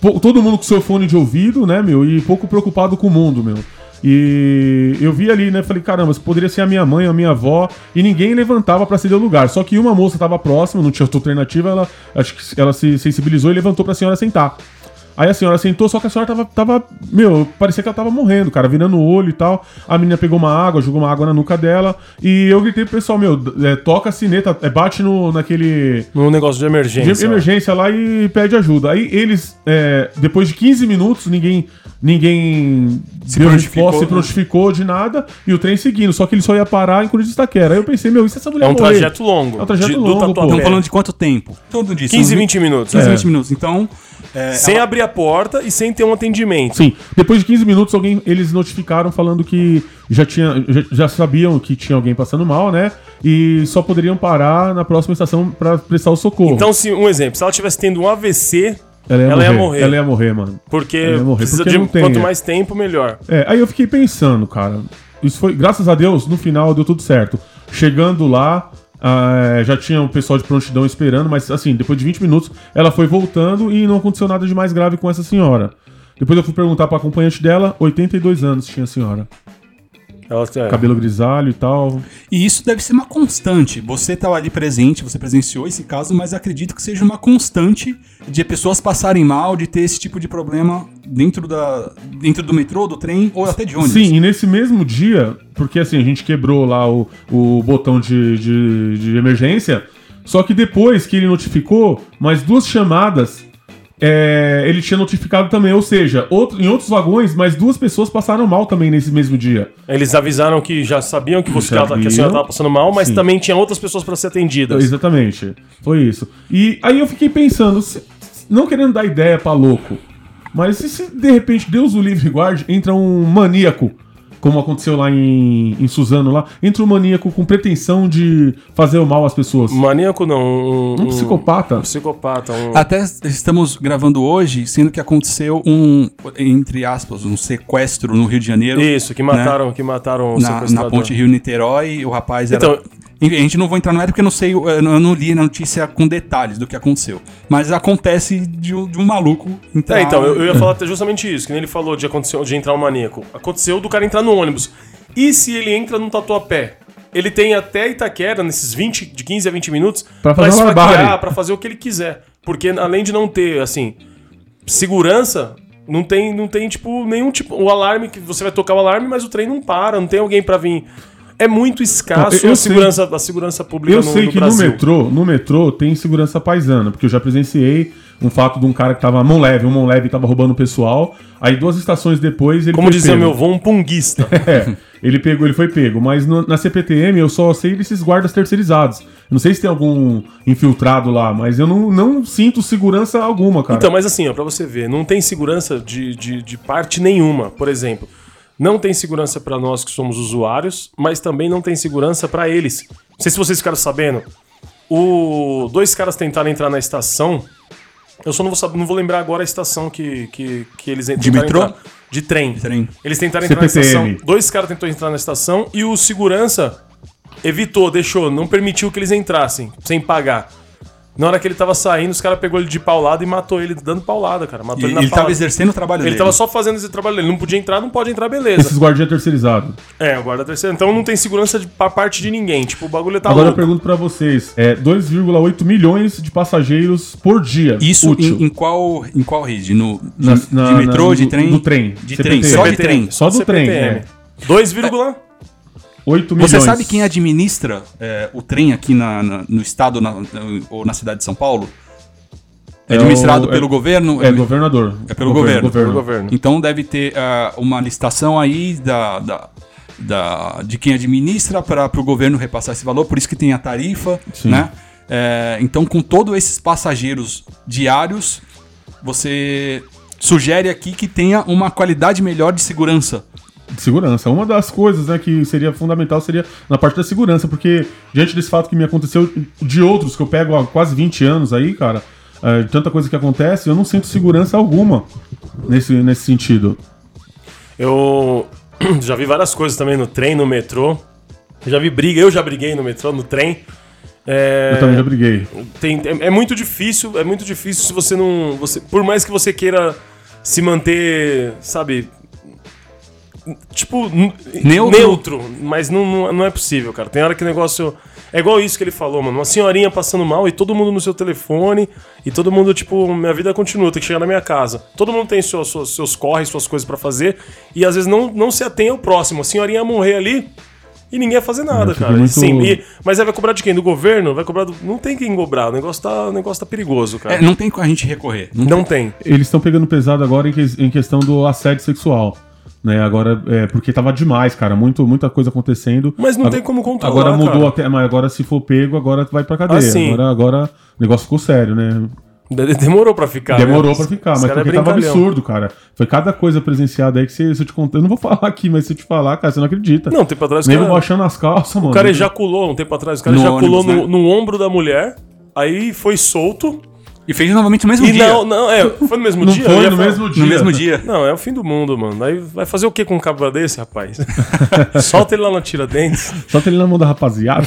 Pou- todo mundo com seu fone de ouvido, né, meu? E pouco preocupado com o mundo, meu. E eu vi ali, né? Falei, caramba, isso poderia ser a minha mãe, a minha avó. E ninguém levantava pra ceder o lugar. Só que uma moça tava próxima, não tinha outra alternativa. Ela, acho que ela se sensibilizou e levantou pra senhora sentar. Aí a senhora sentou, só que a senhora tava, tava. Meu, parecia que ela tava morrendo, cara, virando o olho e tal. A menina pegou uma água, jogou uma água na nuca dela. E eu gritei pro pessoal, meu, é, toca a sineta, é, bate no, naquele.
no um negócio de emergência.
De emergência lá e pede ajuda. Aí eles, é, depois de 15 minutos, ninguém ninguém se
prontificou,
se
né?
prontificou de nada e o trem seguindo. Só que ele só ia parar em Corinthians Itaquera. Aí eu pensei, meu, e se essa mulher
É um
morrer?
trajeto longo.
É um trajeto
De- do
longo, pô.
Tatuapé.
Estamos falando de quanto tempo? Tudo disso.
15,
uns
20 minutos.
15,
é.
20 minutos. Então, é,
Sem abrir a porta e sem ter um atendimento.
Sim, depois de 15 minutos alguém eles notificaram falando que já tinha já, já sabiam que tinha alguém passando mal, né? E só poderiam parar na próxima estação pra prestar o socorro.
Então, se um exemplo, se ela estivesse tendo um AVC,
ela ia, morrer, Ela ia
morrer.
morrer, mano.
Porque
ela ia morrer,
precisa
porque
de
não tem,
quanto
é.
mais tempo, melhor.
É, aí eu fiquei pensando, cara. Isso foi, graças a Deus, no final deu tudo certo. Chegando lá, ah, já tinha o pessoal de prontidão esperando, mas assim, depois de 20 minutos, ela foi voltando e não aconteceu nada de mais grave com essa senhora. Depois eu fui perguntar pra acompanhante dela, 82 anos tinha a senhora.
Ela, é.
Cabelo grisalho e tal.
E isso deve ser uma constante. Você estava ali presente, você presenciou esse caso, mas acredito que seja uma constante de pessoas passarem mal, de ter esse tipo de problema dentro, da, dentro do metrô, do trem ou até de ônibus.
Sim, e nesse mesmo dia, porque assim, a gente quebrou lá o, o botão de, de, de emergência, só que depois que ele notificou, mais duas chamadas, é, ele tinha notificado também, ou seja, outro, em outros vagões, mais duas pessoas passaram mal também nesse mesmo dia.
Eles avisaram que já sabiam que, você,
Sabiam.
que a senhora estava passando mal, mas
Sim.
também tinha outras pessoas para ser atendidas.
Então, Exatamente, foi isso. E aí eu fiquei pensando, se- não querendo dar ideia pra louco, mas e se de repente Deus o livre e guarde, entra um maníaco, como aconteceu lá em, em Suzano, lá, entra um maníaco com pretensão de fazer o mal às pessoas.
Maníaco não, um,
Um psicopata.
um psicopata, um-
Até estamos gravando hoje, sendo que aconteceu um, entre aspas, um sequestro no Rio de Janeiro.
Isso,
né?
que mataram, que mataram o
na, na
sequestrador.
ponte Rio-Niterói, o rapaz era...
Então-
Enfim, a gente não vou entrar no mérito porque eu não sei, eu não eu não li na notícia com detalhes do que aconteceu. Mas acontece de, um- de um maluco entrar...
É, então,
Ah.
eu, eu ia falar até justamente isso, que nem ele falou de, acontecer, de entrar um maníaco. Aconteceu do cara entrar no ônibus. E se ele entra num tatuapé? Ele tem até Itaquera, nesses 20, de 15 a 20 minutos,
Pra fazer uma barbárie.
pra fazer o que ele quiser. Porque além de não ter, assim, segurança, não tem, não tem tipo, nenhum tipo. O alarme, que você vai tocar o alarme, mas o trem não para, não tem alguém pra vir. É muito escasso
eu
a,
sei-
segurança, a segurança pública
Eu
no,
sei
no
que no
Brasil.
metrô, no metrô tem segurança paisana, porque eu já presenciei um fato de um cara que tava mão leve, um mão leve tava roubando o pessoal, aí duas estações depois ele
Como
foi
dizia
pego.
meu avô, um punguista.
É, ele pegou, ele foi pego, mas no- na CPTM eu só sei desses guardas terceirizados. Não sei se tem algum infiltrado lá, mas eu não, não sinto segurança alguma, cara.
Então, mas assim, ó, pra você ver, não tem segurança de, de, de parte nenhuma. Por exemplo, não tem segurança pra nós que somos usuários, mas também não tem segurança pra eles. Não sei se vocês ficaram sabendo. O dois caras tentaram entrar na estação Eu só não vou, saber, não vou lembrar agora a estação que, que, que eles
De
tentaram
metrô?
entrar. De trem.
De trem.
Eles tentaram entrar na
CPTM.
estação. Dois caras tentaram entrar na estação e o segurança evitou, deixou, não permitiu que eles entrassem sem pagar. Na hora que ele tava saindo, os caras pegou ele de paulada e matou ele, dando paulada, cara. Matou
E
ele na
ele tava
paulada.
exercendo o trabalho
Ele
dele.
tava só fazendo esse trabalho dele. Não podia entrar, não pode entrar, beleza.
Esses guardiões terceirizados.
tá
É, o guarda terceiro. Então não tem segurança de, pra parte de ninguém. Tipo, o bagulho tá
Agora eu
louco.
pergunto pra vocês: é, 2,8 milhões de passageiros por dia.
Isso
útil.
em, em qual em qual rede? No de,
Na- na-
de metrô,
na-
de
do-
trem?
do trem.
De
CPTM.
trem, só de trem.
Só do trem, é.
2, vírgula-
8 milhões.
Você sabe quem administra é, o trem aqui na- na- no estado na- na- ou na cidade de São Paulo? É,
É
administrado
o- é-
pelo governo?
É governador.
É pelo governo.
Pelo governo.
Então deve ter ah, uma licitação aí da, da, da- de quem administra para o governo repassar esse valor, por isso que tem a tarifa,
Sim.
né? É, então, com todos esses passageiros diários, você sugere aqui que tenha uma qualidade melhor de segurança.
De segurança. Uma das coisas né, que seria fundamental seria na parte da segurança, porque diante desse fato que me aconteceu, de outros que eu pego há quase 20 anos aí, cara, é, de tanta coisa que acontece, eu não sinto segurança alguma nesse, nesse sentido.
Eu já vi várias coisas também no trem, no metrô. Já vi briga, eu já briguei no metrô, no trem. É,
Eu também já briguei.
tem- é, é muito difícil, é muito difícil se você não. Você, por mais que você queira se manter, sabe. Tipo, n-
Neutro.
neutro, mas não, não, não é possível, cara. Tem hora que o negócio. É igual isso que ele falou, mano. Uma senhorinha passando mal e todo mundo no seu telefone e todo mundo, tipo, minha vida continua, tem que chegar na minha casa. Todo mundo tem seus, seus, seus corres, suas coisas pra fazer e às vezes não, não se atém ao próximo. A senhorinha ia morrer ali e ninguém ia fazer nada,
É, fica
cara.
muito-
Sim, e- mas aí vai cobrar de quem? Do governo? Vai cobrar do... Não tem quem cobrar. O negócio tá, o negócio tá perigoso, cara.
É, não tem com a gente recorrer. Não
Não tem.
Eles estão pegando pesado agora em, que- em questão do assédio sexual. Né, agora, é, porque tava demais, cara. Muito, muita coisa acontecendo.
Mas não
Agora-
tem como controlar,
Agora mudou
cara.
até, mas agora se for pego, agora vai pra cadeia.
Ah, sim.
agora, agora o negócio ficou sério, né?
De- Demorou pra ficar.
Demorou
né?
pra ficar,
Esse
mas
cara
porque
é
tava
brincalhão.
absurdo, cara. Foi cada coisa presenciada aí que você, se eu te contar. Eu não vou falar aqui, mas se eu te falar, cara, você não acredita.
Não, um tempo atrás o
Nego
cara-
baixando as calças, mano.
O cara ejaculou um tempo atrás. O cara
No
ejaculou
ônibus,
né?
no, no ombro da mulher. Aí foi solto.
E fez novamente o mesmo
E
dia.
não, não, é. Foi no mesmo
Não
dia? Eu
foi
ia
no
falar-
mesmo dia.
No mesmo dia.
Não, é o fim do mundo, mano. Aí vai fazer o que com um cabra desse, rapaz? Solta ele lá no Tiradentes.
Só tem ele na mão da rapaziada.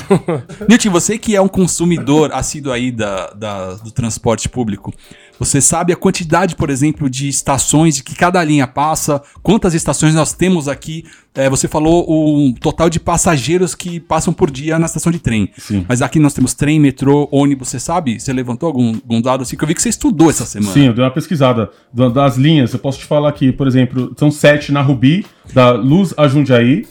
Nilton, você que é um consumidor assíduo aí da, da- do transporte público, você sabe a quantidade, por exemplo, de estações que cada linha passa, quantas estações nós temos aqui? É, você falou o total de passageiros que passam por dia na estação de trem.
Sim.
Mas aqui nós temos trem, metrô, ônibus, você sabe? Você levantou algum, algum dado assim que eu vi que você estudou essa semana.
Sim, eu dei uma pesquisada da- das linhas. Eu posso te falar aqui, por exemplo, são sete na Rubi, da Luz a Jundiaí.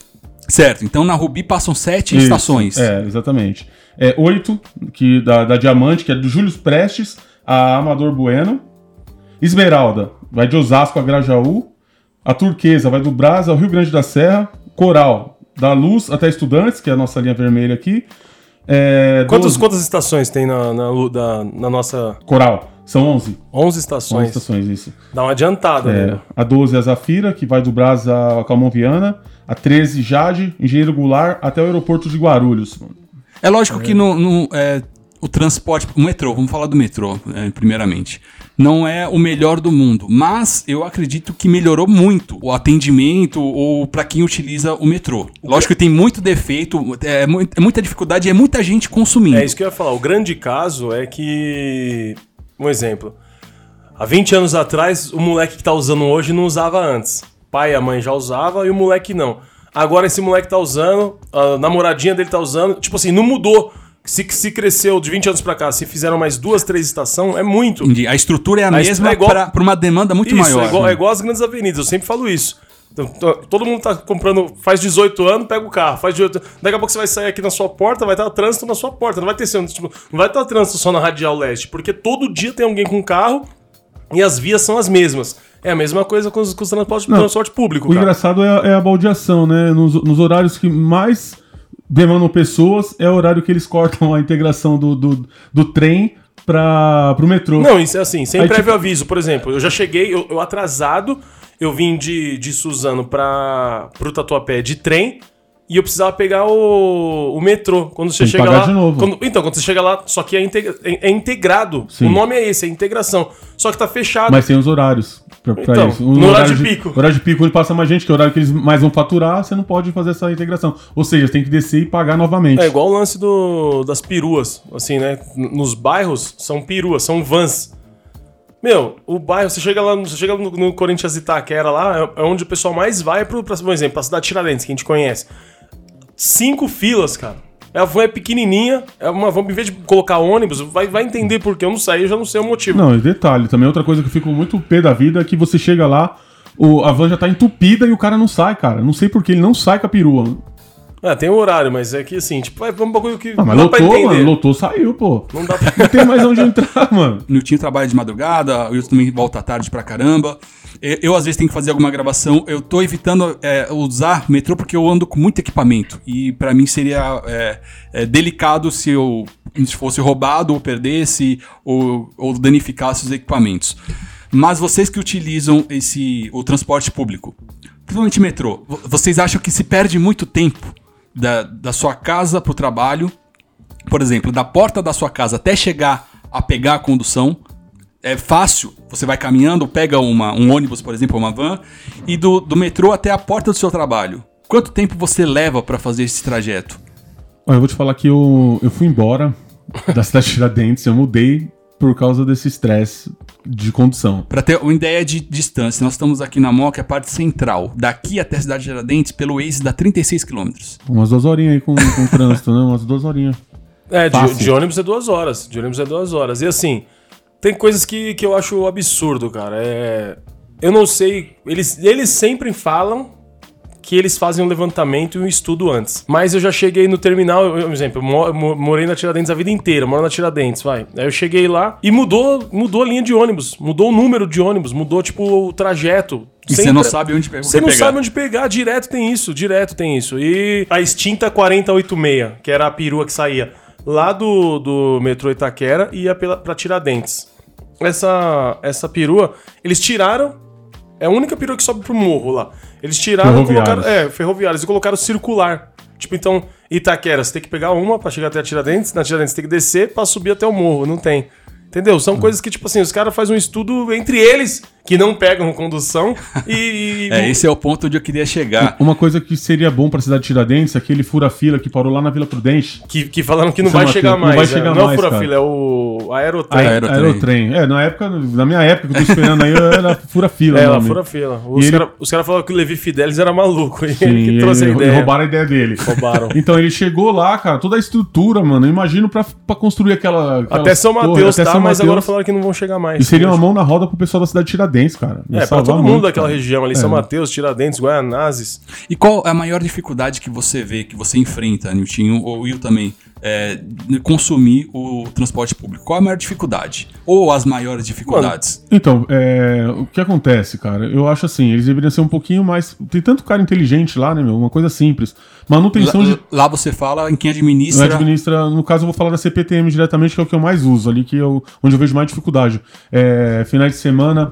Certo, então na Rubi passam sete
Isso,
estações.
É, exatamente. É, oito, que, da, da Diamante, que é do Júlio Prestes, a Amador Bueno. Esmeralda, vai de Osasco a Grajaú. A Turquesa, vai do Brás ao Rio Grande da Serra. Coral, da Luz até Estudantes, que é a nossa linha vermelha aqui. É,
Quantas,
doze-
quantas estações tem na, na, lu- da- na nossa.
Coral, são 11.
11
11
estações.
estações, isso.
Dá uma adiantada,
É,
né?
a 12 é a Zafira, que vai do Brás a Calmon Viana. A 13, Jade, Engenheiro Goulart, até o aeroporto de Guarulhos. mano.
É
Tá
lógico que no, no, é, o transporte, o metrô, vamos falar do metrô, é, primeiramente. Não é o melhor do mundo, mas eu acredito que melhorou muito o atendimento ou para quem utiliza o metrô. Lógico que tem muito defeito, é, mui- é muita dificuldade, e é muita gente consumindo.
É isso que eu ia falar. O grande caso é que. Um exemplo. Há 20 anos atrás, o moleque que tá usando hoje não usava antes. Pai e a mãe já usava e o moleque não. Agora esse moleque tá usando, a namoradinha dele tá usando. Tipo assim, não mudou. Se, se cresceu de 20 anos pra cá, se fizeram mais duas, três estações, é muito.
Entendi. A estrutura é a,
A
mesma
estrutura é igual-
para uma demanda muito
isso,
maior. né?
É
né?
igual, é igual as grandes avenidas, eu sempre falo isso. Então, to- Todo mundo tá comprando, faz 18 anos, pega o carro, faz 18 anos. Daqui a pouco você vai sair aqui na sua porta, vai estar trânsito na sua porta. Não vai ter sendo, tipo, não vai estar trânsito só na Radial Leste, porque todo dia tem alguém com carro e as vias são as mesmas. É a mesma coisa com os, com os transporte,
Não.
transporte público,
O
cara.
engraçado é, é a baldeação, né? Nos, nos horários que mais demandam pessoas, é o horário que eles cortam a integração do, do, do trem para o metrô.
Não, isso é assim, sem
Aí,
prévio
tipo-
aviso, por exemplo. Eu já cheguei, eu, eu atrasado, eu vim de, de Suzano pra, pro Tatuapé de trem. E eu precisava pegar o, o metrô. Quando você
Tem que
chega
pagar
lá.
de novo.
quando- então, quando você chega lá, só que é, integra- é- é integrado.
Sim.
O nome é esse, é integração. Só que tá fechado.
Mas tem os horários pra, pra
Então,
isso. Um
no horário de pico.
Horário de pico, onde passa mais gente, que é o horário que eles mais vão faturar, você não pode fazer essa integração. Ou seja, você tem que descer e pagar novamente.
É igual o lance do, das peruas, assim, né? N- Nos bairros são peruas, são vans. Meu, o bairro, você chega lá, no- você chega no, no Corinthians Itaquera lá, é, é onde o pessoal mais vai pro, pra, por exemplo, pra cidade de Tiradentes, que a gente conhece. Cinco filas, cara. A van é pequenininha, é uma van, em vez de colocar ônibus, vai, vai entender por que eu não saí, eu já não sei o motivo.
Não, e detalhe, também outra coisa que eu fico muito pé da vida é que você chega lá, o, a van já tá entupida e o cara não sai, cara. Não sei por que ele não sai com a perua.
É, tem um horário, mas é que assim, tipo, é um bagulho que
Ah, mas
não dá pra
lotou,
entender.
mano. Lotou, saiu, pô.
Não dá pra...
Não tem mais onde entrar, mano.
O Niltinho trabalha de madrugada, o Wilson também volta tarde pra caramba. E- Eu, às vezes, tenho que fazer alguma gravação. Eu tô evitando é, usar metrô porque eu ando com muito equipamento. E pra mim seria é, é, delicado se eu se fosse roubado ou perdesse ou, ou danificasse os equipamentos. Mas vocês que utilizam esse o transporte público, principalmente metrô, vo- vocês acham que se perde muito tempo da, da sua casa pro trabalho por exemplo, da porta da sua casa até chegar a pegar a condução, é fácil. Você vai caminhando, pega uma, um ônibus, por exemplo, uma van, e do, do metrô até a porta do seu trabalho. Quanto tempo você leva pra fazer esse trajeto?
Olha, eu vou te falar que eu, eu fui embora da cidade de Tiradentes, eu mudei por causa desse estresse de condução.
Pra ter uma ideia de distância, nós estamos aqui na Moca, é a parte central. Daqui até a cidade de Tiradentes, pelo Waze, dá 36 quilômetros.
Umas duas horinhas aí com, com o trânsito, né? Umas duas horinhas.
É, de,
Fácil.
de ônibus é duas horas. De ônibus é duas horas. E assim, tem coisas que, que eu acho absurdo, cara. É, eu não sei. Eles, eles sempre falam que eles fazem um levantamento e um estudo antes. Mas eu já cheguei no terminal, eu, eu, por exemplo, eu mo- eu mo- morei na Tiradentes a vida inteira, moro na Tiradentes, vai. Aí eu cheguei lá e mudou, mudou a linha de ônibus, mudou o número de ônibus, mudou tipo o trajeto.
E
Sem
você não
tra-
sabe onde pe-
Você não
pegar.
sabe onde pegar, direto tem isso, direto tem isso. E a extinta 4086, que era a perua que saía lá do, do metrô Itaquera e ia pela, pra Tiradentes. Essa, essa perua, eles tiraram. É a única perua que sobe pro morro lá. Eles tiraram e colocaram. É,
Ferroviários.
ferroviários e colocaram circular. Tipo, então, Itaquera, você tem que pegar uma pra chegar até a Tiradentes, na Tiradentes você tem que descer pra subir até o morro, não tem. Entendeu? São coisas que, tipo assim, os caras fazem um estudo entre eles, que não pegam condução, e. e-
É, esse é o ponto onde eu queria chegar.
Uma coisa que seria bom pra cidade de Tiradentes, é aquele fura-fila que parou lá na Vila Prudente.
Que, que falaram que não
Isso é
vai
uma
chegar
coisa-
mais.
não vai
né?
chegar
Não é o
mais,
fura-fila,
cara.
é o aerotrem.
Aero- Aerotrem.
Aerotrem. É, na época, na minha época que eu tô esperando aí, era fura-fila.
É,
o
ela
nome.
fura-fila.
E
Os
ele-
caras falaram que o Levi Fidelis era maluco. E
Sim,
ele que
e
trouxe
ele-
a ideia.
roubaram a ideia dele.
Roubaram.
Então ele chegou lá, cara, toda a estrutura, mano. Eu imagino pra, pra construir aquela. aquela
Até São
torre,
Mateus,
até
tá?
São
Mas agora
Mateus.
falaram que não vão chegar mais.
E seria uma mão na roda pro pessoal da cidade de Tiradentes, cara. Ia
É, pra
salvar
todo mundo
muito,
daquela
cara. É.
região ali, São Mateus, Tiradentes, Guaianazes.
E qual é a maior dificuldade que você vê, que você enfrenta, Niltinho, ou Will também, é, de consumir o transporte público? Qual é a maior dificuldade? Ou as maiores dificuldades?
Então, é, o que acontece, cara? Eu acho assim, eles deveriam ser um pouquinho mais. Tem tanto cara inteligente lá, né, meu? Uma coisa simples. Manutenção
Lá-
de.
Lá você fala em quem
Não é
administra.
administra, no caso eu vou falar da CPTM diretamente, que é o que eu mais uso ali, que eu, onde eu vejo mais dificuldade. É, finais de semana,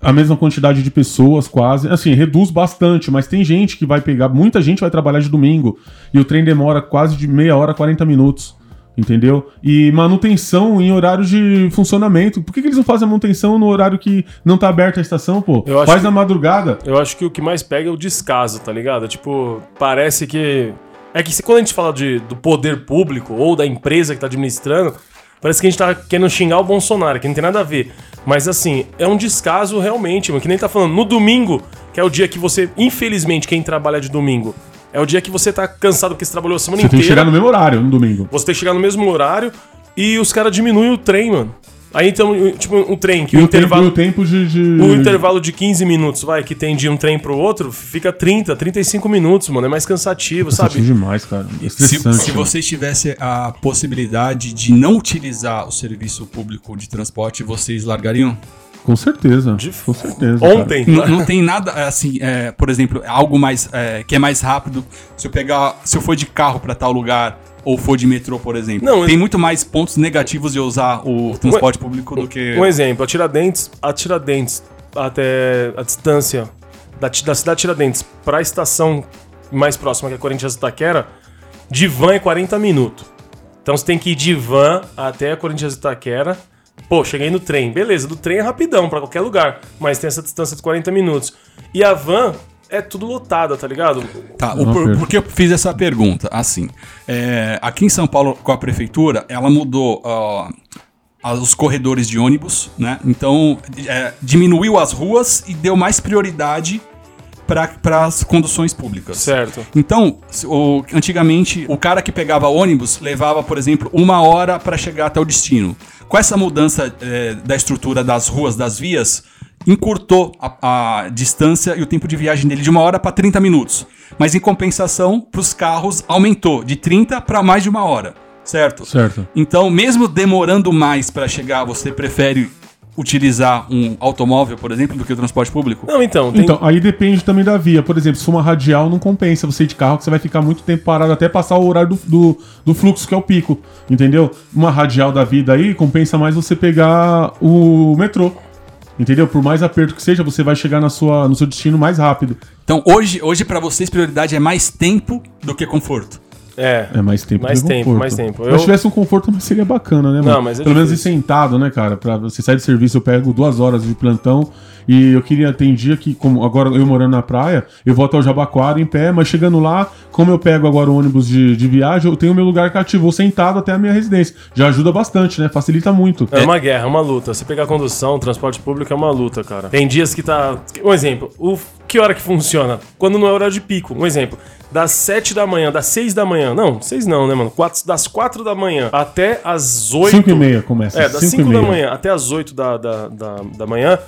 a mesma quantidade de pessoas quase, assim, reduz bastante, mas tem gente que vai pegar, muita gente vai trabalhar de domingo, e o trem demora quase de meia hora, 40 minutos. Entendeu? E manutenção em horário de funcionamento. Por que, que eles não fazem a manutenção no horário que não tá aberta a estação, pô?
Eu acho
Faz
que-
na madrugada.
Eu acho que o que mais pega é o descaso, tá ligado? Tipo, parece que. É que se- quando a gente fala de, do poder público ou da empresa que tá administrando, parece que a gente tá querendo xingar o Bolsonaro, que não tem nada a ver. Mas assim, é um descaso realmente, mano. Que nem tá falando, no domingo, que é o dia que você, infelizmente, quem trabalha de domingo, é o dia que você tá cansado porque você trabalhou a semana
Você tem que
inteira.
chegar no mesmo horário no domingo.
Você tem que chegar no mesmo horário e os caras diminuem o trem, mano. Aí então, tipo, um trem que
E
o
o,
intervalo.
tempo, e o tempo de. de-
O Um intervalo de 15 minutos, vai, que tem de um trem pro outro, fica 30, 35 minutos, mano. É mais cansativo,
Cansativo
sabe?
demais, cara. É
Se,
Estressante.
se você tivesse a possibilidade de não utilizar o serviço público de transporte, vocês largariam?
Com certeza.
De-
Com certeza.
Ontem.
Não, não tem nada assim, é, por exemplo, algo mais é, que é mais rápido. Se eu pegar, se eu for de carro pra tal lugar ou for de metrô, por exemplo,
Não,
tem
eu-
muito mais pontos negativos de usar o transporte público do que
Um exemplo, a Tiradentes, a Tiradentes, até a distância da, ti- da cidade de Tiradentes pra estação mais próxima, que é Corinthians Itaquera, de van é 40 minutos. Então você tem que ir de van até a Corinthians Itaquera. Pô, cheguei no trem. Beleza, do trem é rapidão, pra qualquer lugar. Mas tem essa distância de 40 minutos. E a van é tudo lotada, tá ligado?
Tá, o por,
Pedro.
por que eu fiz essa pergunta? Assim, é, aqui em São Paulo, com a prefeitura, ela mudou ó, as- os corredores de ônibus, né? Então, é, diminuiu as ruas e deu mais prioridade para as conduções públicas.
Certo.
Então, se- o- antigamente, o cara que pegava ônibus levava, por exemplo, uma hora para chegar até o destino. Com essa mudança eh, da estrutura das ruas, das vias, encurtou a, a distância e o tempo de viagem dele de uma hora para 30 minutos. Mas em compensação, para os carros aumentou de 30 para mais de uma hora, certo?
Certo.
Então, mesmo demorando mais para chegar, você prefere utilizar um automóvel, por exemplo, do que o transporte público?
Não, então, tem...
Então, aí depende também da via. Por exemplo, se for uma radial, não compensa você ir de carro, que você vai ficar muito tempo parado até passar o horário do, do, do fluxo, que é o pico. Entendeu? Uma radial da vida aí compensa mais você pegar o metrô. Entendeu? Por mais aperto que seja, você vai chegar na sua, no seu destino mais rápido.
Então, hoje, hoje para vocês, prioridade é mais tempo do que conforto.
é.
É mais tempo.
Mais
do
tempo,
conforto.
mais tempo. Eu-
Mas se tivesse um conforto, mas seria bacana, né, mano?
Não, mas é
Pelo menos ir
difícil.
sentado, né, cara? Pra você sair de serviço, eu pego duas horas de plantão. E eu queria, tem dia que, como agora eu morando na praia, eu vou até o Jabaquara em pé, mas chegando lá, como eu pego agora o ônibus de, de viagem, eu tenho meu lugar cativo, vou sentado até a minha residência. Já ajuda bastante, né? Facilita muito.
É uma guerra, é uma luta. Você pegar condução, transporte público é uma luta, cara. Tem dias que tá. Um exemplo, o... que hora que funciona? Quando não é hora de pico. Um exemplo, das 7 da manhã, das 6 da manhã. Não, 6 não, né, mano? Quatro- Das 4 da manhã até as 8.
5 e meia começa.
É, das
5 e
5 da
meia.
manhã até as 8 da, da, da, da manhã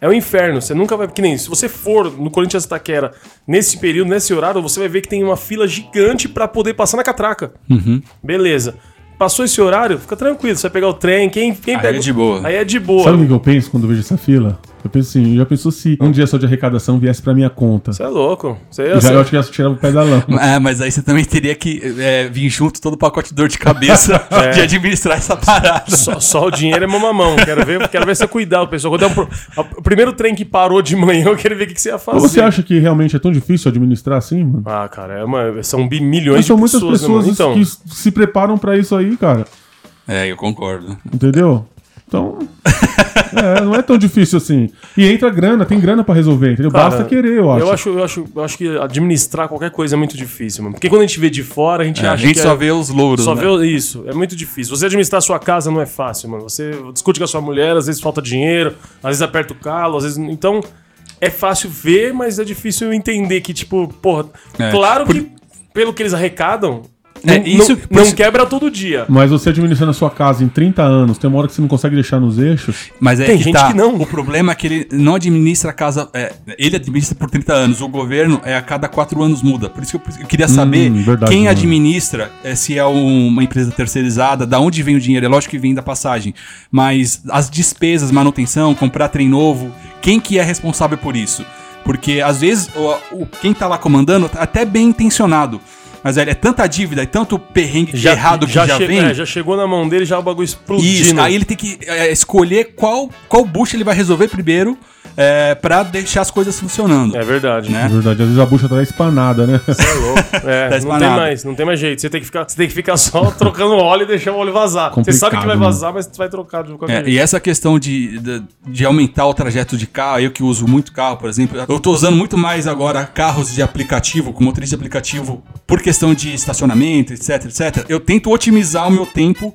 é um inferno. Você nunca vai. Que nem se você for no Corinthians Itaquera nesse período, nesse horário, você vai ver que tem uma fila gigante pra poder passar na catraca.
Uhum.
Beleza. Passou esse horário, fica tranquilo. Você vai pegar o trem, quem, quem
Aí
pega.
é de boa.
Aí é de boa.
Sabe o que eu penso quando eu vejo essa fila? Eu penso assim, já pensou se
Hum.
um dia só de arrecadação viesse pra minha conta?
Você é louco. Você é
Já,
assim.
eu acho que já tirava o pé da lama.
É, mas aí você também teria que é, vir junto todo o pacote de dor de cabeça
É.
de administrar essa parada.
Só, só o dinheiro é mamamão. Quero ver, quero ver você cuidar, pessoal. Quando é o, pro- o primeiro trem que parou de manhã, eu quero ver o que, que você ia fazer.
Mas você acha que realmente é tão difícil administrar assim, mano?
Ah, cara, é uma- são bi- milhões
Mas
de
são
pessoas,
muitas
né, mano?
pessoas
Então,
que se preparam pra isso aí, cara.
É, eu concordo.
Entendeu? Então. é, não é tão difícil assim. E entra grana, tem grana pra resolver, entendeu?
Cara,
Basta querer, eu acho.
Eu acho, eu, acho, eu acho que administrar qualquer coisa é muito difícil, mano. Porque quando a gente vê de fora, a gente
É,
acha
a gente
que
só
é-
vê os louros.
Só
né?
vê o- isso, é muito difícil. Você administrar sua casa não é fácil, mano. Você discute com a sua mulher, às vezes falta dinheiro, às vezes aperta o calo, às vezes. Então, é fácil ver, mas é difícil entender que, tipo, porra.
É,
claro
por-
que, pelo que eles arrecadam,
É,
não,
isso-
não-
por
não
isso-
quebra todo dia.
Mas você administrando a sua casa em 30 anos, tem uma hora que você não consegue deixar nos eixos.
Mas é
Tem
que
gente
tá.
que não.
O problema é que ele não administra a casa. é, ele administra por 30 anos. O governo é a cada 4 anos muda. Por isso que eu, eu
Hum,
queria saber
verdade,
quem
mano.
administra, é, se é um- uma empresa terceirizada, da onde vem o dinheiro. É lógico que vem da passagem. Mas as despesas, manutenção, comprar trem novo, quem que é responsável por isso? Porque às vezes o, o- quem tá lá comandando tá até bem intencionado. Mas velho, é tanta dívida, é tanto perrengue de errado que já,
che-
vem.
é, já chegou na mão dele, já o bagulho explodindo.
Isso, aí ele tem que é, escolher qual, qual bucha ele vai resolver primeiro é, para deixar as coisas funcionando.
É verdade.
Né?
Na verdade, às vezes a bucha tá espanada, né?
É louco. É,
Tá
não tem
espanado.
mais, não tem mais jeito. Você tem que ficar, você tem que ficar só trocando óleo e deixar o óleo vazar. você
Complicado,
sabe que vai
mano.
vazar, mas você vai trocar de qualquer
né? É,
jeito.
e essa questão de, de, de aumentar o trajeto de carro, eu que uso muito carro, por exemplo, eu tô usando muito mais agora carros de aplicativo, com motorista de aplicativo, por questão de estacionamento, etc, etc. Eu tento otimizar o meu tempo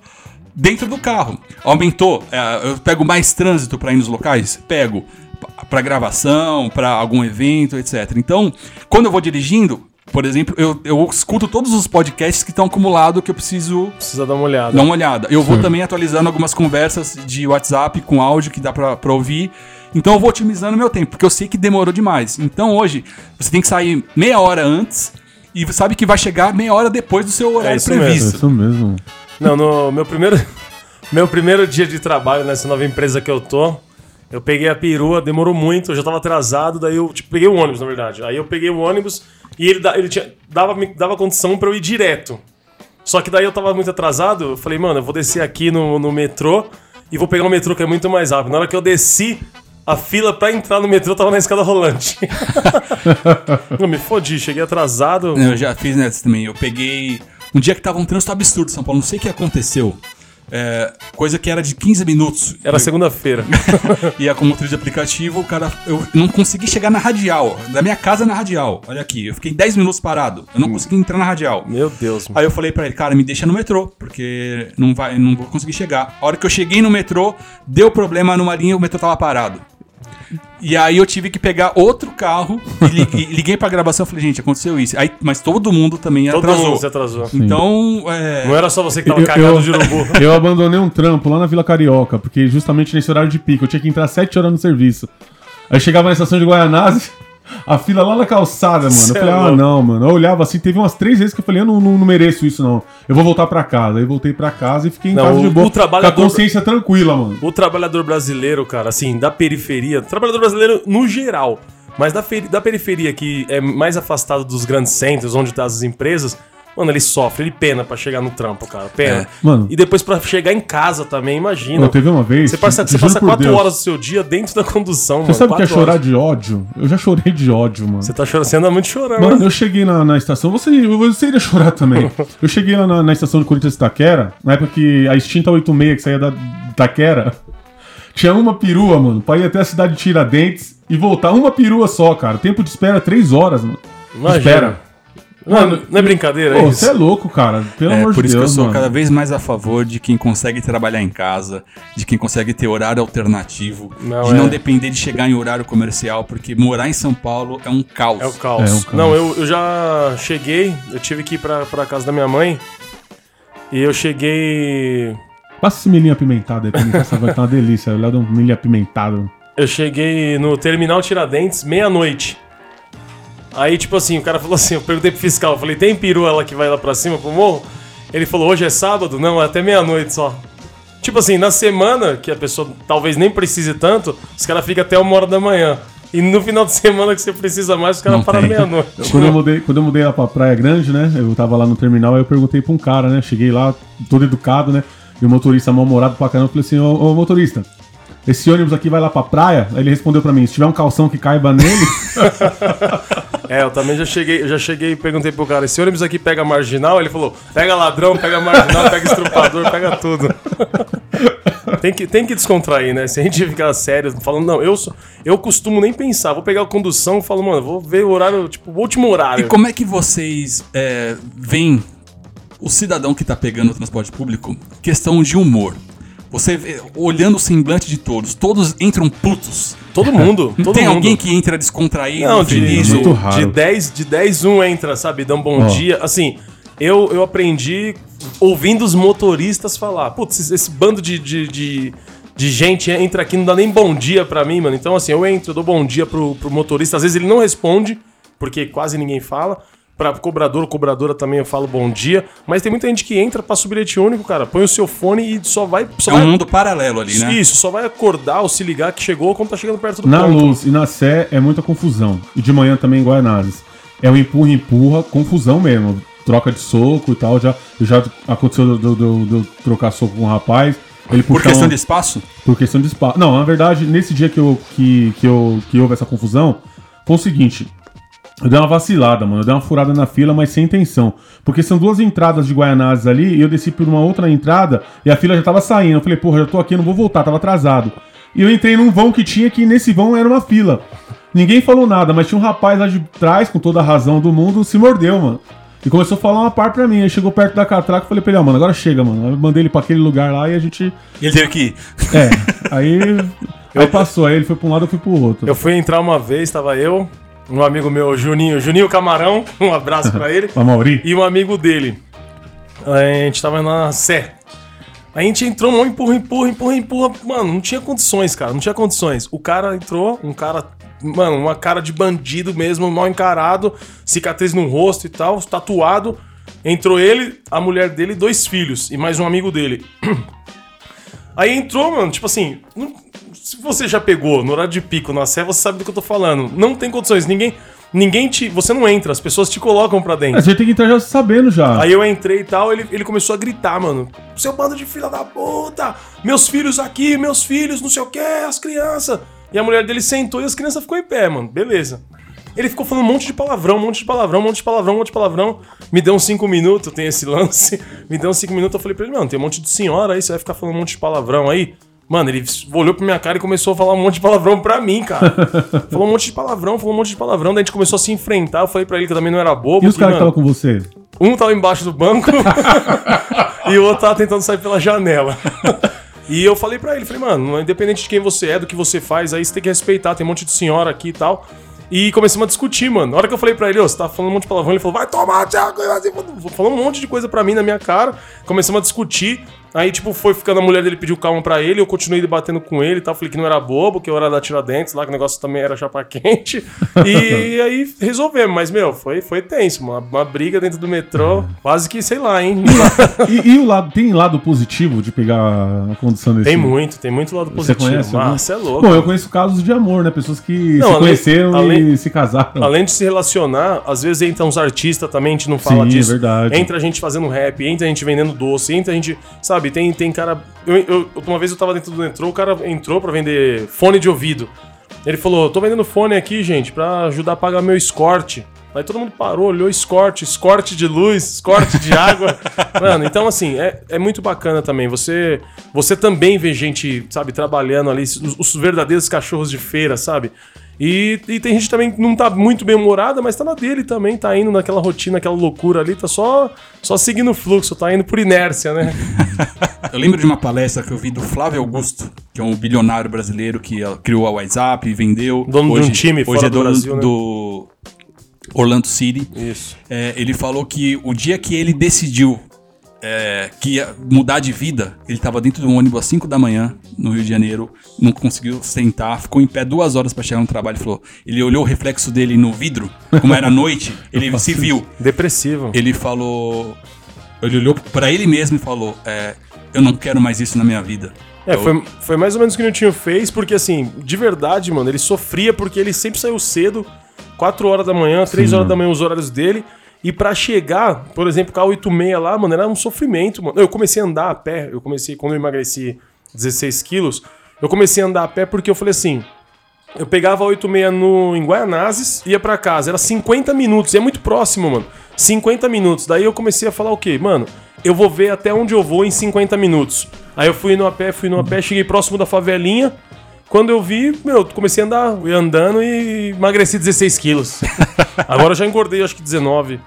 dentro do carro. Aumentou, é, eu pego mais trânsito para ir nos locais? Pego. P- Pra gravação, pra algum evento, etc. Então, quando eu vou dirigindo, por exemplo, eu, eu escuto todos os podcasts que estão acumulados que eu preciso
Precisa dar uma olhada.
Dá uma olhada. Eu vou também atualizando algumas conversas de WhatsApp com áudio que dá pra, pra ouvir. Então eu vou otimizando meu tempo, porque eu sei que demorou demais. Então hoje, você tem que sair meia hora antes e você sabe que vai chegar meia hora depois do seu horário
isso mesmo.
É
previsto.
isso mesmo.
Não, no meu primeiro, meu primeiro dia de trabalho nessa nova empresa que eu tô, eu peguei a perua, demorou muito, eu já tava atrasado, daí eu tipo, peguei o ônibus, na verdade. Aí eu peguei o ônibus e ele, da- ele tinha, dava, me dava condição pra eu ir direto. Só que daí eu tava muito atrasado, eu um falei, mano, eu vou descer aqui no, no metrô e vou pegar o metrô que é muito mais rápido. Na hora que eu desci, a fila pra entrar no metrô tava na escada rolante. eu me fodi, cheguei atrasado.
Eu já fiz nessa também. Eu peguei. Um dia que tava um trânsito absurdo em São Paulo, não sei o que aconteceu. É, coisa que era de 15 minutos.
Era segunda-feira.
Ia com motor de aplicativo, o cara. Eu não consegui chegar na radial. Da minha casa na radial. Olha aqui, eu fiquei 10 minutos parado. Eu não consegui entrar na radial.
Hum. Meu Deus, mano.
Aí eu falei pra ele, cara, me deixa no metrô, porque não vai, não vou conseguir chegar. A hora que eu cheguei no metrô, deu problema numa linha, o metrô tava parado. E aí eu tive que pegar outro carro e li- e liguei pra gravação e falei, gente, aconteceu isso. Aí, mas todo mundo também
Todo
atrasou.
mundo se atrasou.
Então, é,
Não era só você que tava
Eu-
cagado
eu-
de urubu.
Eu abandonei um trampo lá na Vila Carioca, porque justamente nesse horário de pico, eu tinha que entrar 7 horas no serviço. Aí chegava na estação de Guaianazes, a fila lá na calçada, mano.
Cê
eu falei,
é
ah,
louco.
não, mano. Eu olhava assim, teve umas três vezes que eu falei, eu não, não- não mereço isso, não. Eu vou voltar pra casa. Aí voltei pra casa e fiquei em
Não,
casa de
o-
boa.
o trabalho
com
é
a
duro.
consciência tranquila, mano.
O trabalhador brasileiro, cara, assim, da periferia, trabalhador brasileiro no geral, mas da, feri- da periferia que é mais afastado dos grandes centros, onde tá as empresas, mano, ele sofre, ele pena pra chegar no trampo, cara, pena.
É, mano.
E depois pra chegar em casa também, imagina.
Não, teve uma vez,
Você passa,
te-
você
te juro
passa
por
quatro
Deus.
horas do seu dia dentro da condução,
Você
mano.
sabe o que é
quatro
chorar
horas.
de ódio? Eu já chorei de ódio, mano.
Você tá chorando, você anda muito chorando,
Mano,
né?
eu cheguei na, na estação, você, você iria chorar também. Eu cheguei lá na, na estação de Corinthians e Itaquera, na época que a extinta 86 que saía da Itaquera, tinha uma perua, mano, pra ir até a cidade de Tiradentes e voltar. Uma perua só, cara. Tempo de espera, três horas, mano.
Imagina.
Espera.
Mano, não é brincadeira
Pô,
isso.
você é louco, cara. Pelo
É,
amor
por
de
isso
Deus,
que eu sou
mano.
cada vez mais a favor de quem consegue trabalhar em casa, de quem consegue ter horário alternativo,
Não,
de
é.
não depender de chegar em horário comercial, porque morar em São Paulo é um caos.
É o caos.
É um caos.
Não, eu, eu já cheguei, eu tive que ir pra, pra casa da minha mãe. E eu cheguei.
Passa esse milhinho apimentado aí pra mim, que essa vai tá uma delícia. Eu levo um milho apimentado.
Eu cheguei no terminal Tiradentes meia-noite. Aí, tipo assim, o cara falou assim: eu perguntei pro fiscal, eu falei, tem perua lá que vai lá pra cima pro morro? Ele falou, hoje é sábado? Não, é até meia-noite só. Tipo assim, na semana, que a pessoa talvez nem precise tanto, os caras ficam até uma hora da manhã. E no final de semana que você precisa mais, os caras
Não
param
tem.
meia-noite.
Quando eu, mudei, quando eu mudei lá pra Praia Grande, né? Eu tava lá no terminal, aí eu perguntei pra um cara, né? Cheguei lá, todo educado, né? E o motorista mal-humorado pra caramba, eu falei assim, ô, ô, motorista, esse ônibus aqui vai lá pra praia? Aí ele respondeu pra mim, se tiver um calção que caiba nele,
É, eu também já cheguei, eu já cheguei e perguntei pro cara, esse ônibus aqui pega marginal? Ele falou, pega ladrão, pega marginal, pega estrupador, pega tudo. tem, que, tem que descontrair, né? Se a gente ficar sério, falando, não, eu sou, eu costumo nem pensar, vou pegar a condução, falo, mano, vou ver o horário, tipo, o último
E
horário.
como é que vocês é, veem o cidadão que tá pegando o transporte público? Questão de humor. Você vê- olhando o semblante de todos, todos entram putos.
Todo mundo, todo
Tem
mundo.
alguém que entra descontraído,
Não, de,
feliz.
de,
ou-
Muito raro.
de 10, de 10 um entra, sabe? Dá um bom
Ó.
dia. Assim, eu, eu aprendi ouvindo os motoristas falar. Putz, esse, esse bando de, de, de, de gente entra aqui, não dá nem bom dia pra mim, mano. Então, assim, eu entro, eu dou bom dia pro, pro motorista. Às vezes ele não responde, porque quase ninguém fala. Pra cobrador, cobradora também eu falo bom dia. Mas tem muita gente que entra, passa o bilhete único, cara. Põe o seu fone e só vai. Só
É um
vai-
mundo paralelo ali, né?
Isso, só vai acordar ou se ligar que chegou quando tá chegando perto do
na
ponto.
luz e na sé é muita confusão. E de manhã também em Guaianazes. É um empurra, empurra, confusão mesmo. Troca de soco e tal, já, já aconteceu de eu- de eu de eu trocar soco com um rapaz. Ele
Por
Então-
puxar
questão
um-
de espaço?
Por questão de espaço. Não, na verdade, nesse dia que, eu, que, que, eu, que houve essa confusão, foi o seguinte. Eu dei uma vacilada, mano. Eu dei uma furada na fila, mas sem intenção. Porque são duas entradas de Guaianazes ali, e eu desci por uma outra entrada, e a fila já tava saindo. Eu falei, porra, já tô aqui, eu não vou voltar, tava atrasado. E eu entrei num vão que tinha, que nesse vão era uma fila. Ninguém falou nada, mas tinha um rapaz lá de trás, com toda a razão do mundo, se mordeu, mano. E começou a falar uma par pra mim. Aí chegou perto da catraca, eu falei pra ele, ó, mano, agora chega, mano. Aí eu mandei ele pra aquele lugar lá e a gente
E ele teve que ir.
é, aí, aí passou, aí ele foi pra um lado, eu fui pro outro.
Eu fui entrar uma vez, tava eu, um amigo meu, Juninho, Juninho Camarão, um abraço pra ele,
A Mauri?
e um amigo dele. A gente tava na Sé. A gente entrou, mão, empurra, empurra, empurra, empurra. Mano, não tinha condições, cara, não tinha condições. O cara entrou, um cara, mano, uma cara de bandido mesmo, mal encarado, cicatriz no rosto e tal, tatuado. Entrou ele, a mulher dele, e dois filhos e mais um amigo dele. Aí entrou, mano, tipo assim, não- se você já pegou no horário de pico na Sé, você sabe do que eu tô falando. Não tem condições, ninguém, ninguém te, você não entra, as pessoas te colocam pra dentro.
A gente tem que entrar já sabendo já.
Aí eu entrei e tal, ele, ele começou a gritar, mano. Seu bando de filha da puta! Meus filhos aqui, meus filhos, não sei o que, as crianças. E a mulher dele sentou e as crianças ficou em pé, mano. Beleza. Ele ficou falando um monte de palavrão, um monte de palavrão, um monte de palavrão, um monte de palavrão. Me deu uns cinco minutos, tem esse lance. Me deu uns cinco minutos, eu falei pra ele, mano, tem um monte de senhora aí, você vai ficar falando um monte de palavrão aí. Mano, ele olhou pra minha cara e começou a falar um monte de palavrão pra mim, cara. falou um monte de palavrão, falou um monte de palavrão. Daí a gente começou a se enfrentar. Eu falei pra ele que eu também não era bobo.
E os
que,
caras que
mano,
estavam com você?
um tava embaixo do banco e o outro tava tentando sair pela janela. E eu falei pra ele, falei, mano, independente de quem você é, do que você faz, aí você tem que respeitar, tem um monte de senhora aqui e tal. E começamos a discutir, mano. Na hora que eu falei pra ele, ô, você tá falando um monte de palavrão, ele falou, vai tomar, Thiago. e vai se fuder. Falou um monte de coisa pra mim na minha cara. Começamos a discutir. Aí, tipo, foi ficando a mulher dele pediu calma pra ele, eu continuei debatendo com ele e tal. Falei que não era bobo, que eu era da Tiradentes lá, que o negócio também era chapa quente. E aí resolvemos, mas, meu, foi, foi tenso, mano. Uma briga dentro do metrô, quase que, sei lá, hein?
E, e o lado, tem lado positivo de pegar a condição desse?
Tem muito, tem muito lado
Você
positivo.
conhece? né? algum?
Nossa, é louco.
Bom, eu conheço casos de amor, né? Pessoas que
Não,
se
além-
conheceram
além-
e se casaram.
Além de se relacionar, às vezes entra uns artistas também, a gente não fala
Sim, é
disso.
verdade.
Entra a gente fazendo rap, entra a gente vendendo doce, entra a gente. Sabe, tem, tem cara. Eu, eu- uma vez eu tava dentro do metrô, o cara entrou pra vender fone de ouvido. Ele falou: tô vendendo fone aqui, gente, pra ajudar a pagar meu escorte. Aí todo mundo parou, olhou escorte, escorte de luz, escorte de água. Mano, então assim, é, é muito bacana também. Você você também vê gente, sabe, trabalhando ali, os, os verdadeiros cachorros de feira, sabe? E, e tem gente que também que não tá muito bem humorada, mas tá na dele também, tá indo naquela rotina, aquela loucura ali, tá só, só seguindo o fluxo, tá indo por inércia, né?
Eu lembro de uma palestra que eu vi do Flávio Augusto, que é um bilionário brasileiro que ah, criou a WhatsApp e vendeu.
Dono de um time
hoje
fora
é
do
dono
Brasil, né?
do Orlando City.
Isso.
É, ele falou que o dia que ele decidiu é, que ia mudar de vida, ele estava dentro de um ônibus às 5 da manhã, no Rio de Janeiro, não conseguiu sentar, ficou em pé duas horas para chegar no trabalho. Falou, ele olhou o reflexo dele no vidro, como era noite, ele se viu.
Depressivo.
Ele falou. Ele olhou pra ele mesmo e falou: é, Eu não quero mais isso na minha vida.
É,
Eu-
foi, foi mais ou menos o que o Niltinho fez, porque assim, de verdade, mano, ele sofria porque ele sempre saiu cedo, 4 horas da manhã, 3 horas da manhã os horários dele, e pra chegar, por exemplo, com a 8 e meia lá, mano, era um sofrimento, mano. Eu comecei a andar a pé, eu comecei, quando eu emagreci 16 quilos, eu comecei a andar a pé porque eu falei assim, eu pegava a 86 no, em Guaianazes, ia pra casa. Era 50 minutos, e é muito próximo, mano. 50 minutos. Daí eu comecei a falar o quê? Mano, eu vou ver até onde eu vou em 50 minutos. Aí eu fui no a pé, fui no a pé, cheguei próximo da favelinha. Quando eu vi, meu, eu comecei a andar, eu ia andando e emagreci 16 quilos. Agora eu já engordei, acho que 19.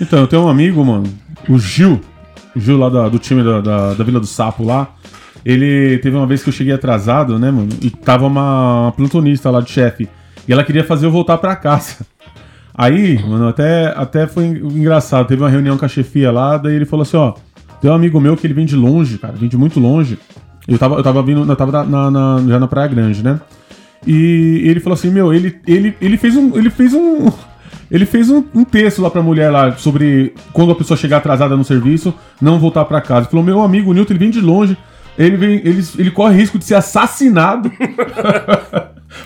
Então, eu tenho um amigo, mano, o Gil. O Gil lá da- do time da, da, da Vila do Sapo lá. Ele teve uma vez que eu cheguei atrasado, né, mano? E tava uma, uma plantonista lá de chefe. E ela queria fazer eu voltar pra casa. Aí, mano, até, até foi en- engraçado. Teve uma reunião com a chefia lá, daí ele falou assim, ó. Tem um amigo meu que ele vem de longe, cara, vem de muito longe. Eu tava, eu tava vindo, eu tava na- na- na- já na Praia Grande, né? E ele falou assim, meu, ele, ele, ele fez um. Ele fez um. Ele fez um, um texto lá pra mulher lá sobre quando a pessoa chegar atrasada no serviço, não voltar pra casa. Ele falou, meu amigo, o Newton, ele vem de longe. Ele, vem, ele, ele corre risco de ser assassinado.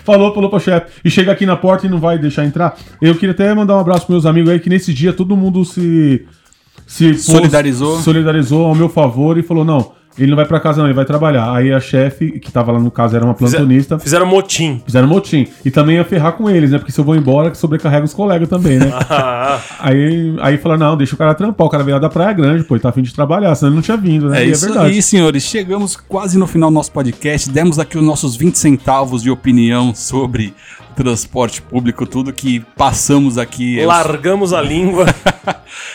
falou, falou pra chefe. E chega aqui na porta e não vai deixar entrar. Eu queria até mandar um abraço pros meus amigos aí, que nesse dia todo mundo se. se pôs-
Solidarizou.
solidarizou ao meu favor e falou: não, ele não vai pra casa, não, ele vai trabalhar. Aí a chefe, que tava lá no caso, era uma plantonista.
Fizeram motim.
Fizeram motim. E também ia ferrar com eles, né? Porque se eu vou embora, que sobrecarrega os colegas também, né?
Ah,
aí, aí falaram, não, deixa o cara trampar. O cara veio lá da Praia Grande, pô, ele tá afim de trabalhar, senão ele não tinha vindo, né?
É
E
isso aí, senhores. Chegamos quase no final do nosso podcast. Demos aqui os nossos 20 centavos de opinião sobre transporte público, tudo que passamos aqui. Eu
largamos a língua.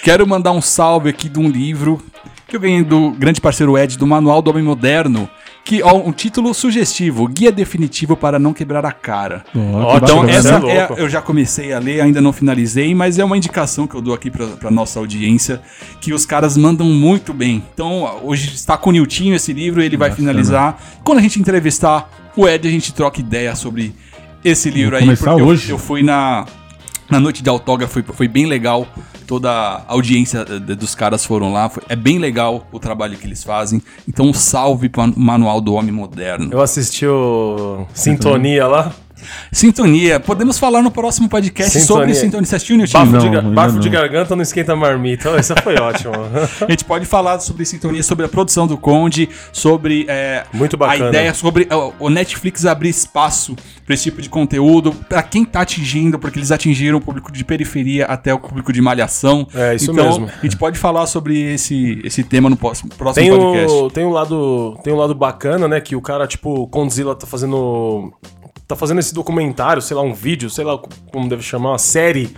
Quero mandar um salve aqui de um livro que eu ganhei do grande parceiro Ed, do Manual do Homem Moderno, que ó, um título sugestivo, Guia Definitivo para Não Quebrar a Cara.
Ó, que
Então,
bacana,
essa
né?
é-
louco.
eu já comecei a ler, ainda não finalizei, mas é uma indicação que eu dou aqui pra, pra nossa audiência, que os caras mandam muito bem. Então, ó, hoje está com o Niltinho esse livro, ele vai finalizar. Quando a gente entrevistar o Ed, a gente troca ideia sobre esse livro aí.
começar
porque eu-
hoje.
Eu, fui na, na noite de autógrafo, foi, foi bem legal. Toda a audiência eh, de- dos caras foram lá. foi- é bem legal o trabalho que eles fazem. Então, um salve para o Manual do Homem Moderno.
Eu assisti o Sintonia lá.
Sintonia. Podemos falar no próximo podcast sobre
Sintonia.
sintonia. Você assistiu, né, Nilton?
Bafo,
Não,
de, ga-
ainda
bafo
não.
de garganta não esquenta marmita. Essa foi ótima.
A gente pode falar sobre sintonia, sobre a produção do Conde, sobre é,
Muito bacana.
a ideia sobre ó, o Netflix abrir espaço para esse tipo de conteúdo, para quem tá atingindo, porque eles atingiram o público de periferia até o público de malhação.
É, isso
então,
mesmo.
A gente pode falar sobre esse, esse tema no próximo, próximo
Tem
podcast.
o, tem, um lado, tem um lado bacana, né? Que o cara, tipo, o Condzilla tá fazendo. Tá fazendo esse documentário, sei lá, um vídeo, sei lá como deve chamar, uma série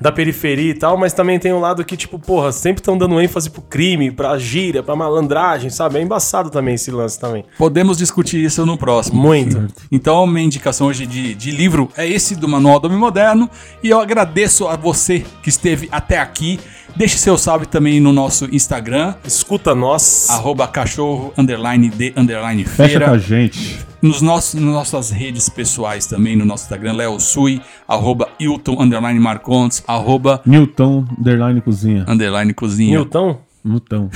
da periferia e tal, mas também tem um lado que, tipo, porra, sempre estão dando ênfase pro crime, pra gíria, pra malandragem, sabe? É embaçado também esse lance também.
Podemos discutir isso no próximo.
Muito.
Então, minha indicação hoje de, de livro é esse do Manual do Homem Moderno. E eu agradeço a você que esteve até aqui. Deixe seu salve também no nosso Instagram,
Escuta nós.
arroba cachorro, underline de, underline
Fecha com a
feira.
gente.
Nos nossos, nas nossas redes pessoais também, no nosso Instagram, Léo Sui, arroba Hilton, underline Marcontes, arroba
Newton, underline cozinha.
underline cozinha.
Newton?
Newton.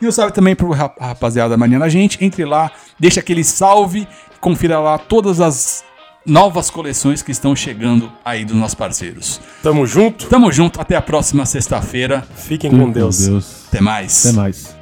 E um salve também pro rap- rapaziada Mariana Gente. Entre lá, deixa aquele salve, confira lá todas as novas coleções que estão chegando aí dos nossos parceiros.
Tamo junto.
Tamo junto, até a próxima sexta-feira.
Fiquem com Deus.
Deus.
Até mais.
Até mais.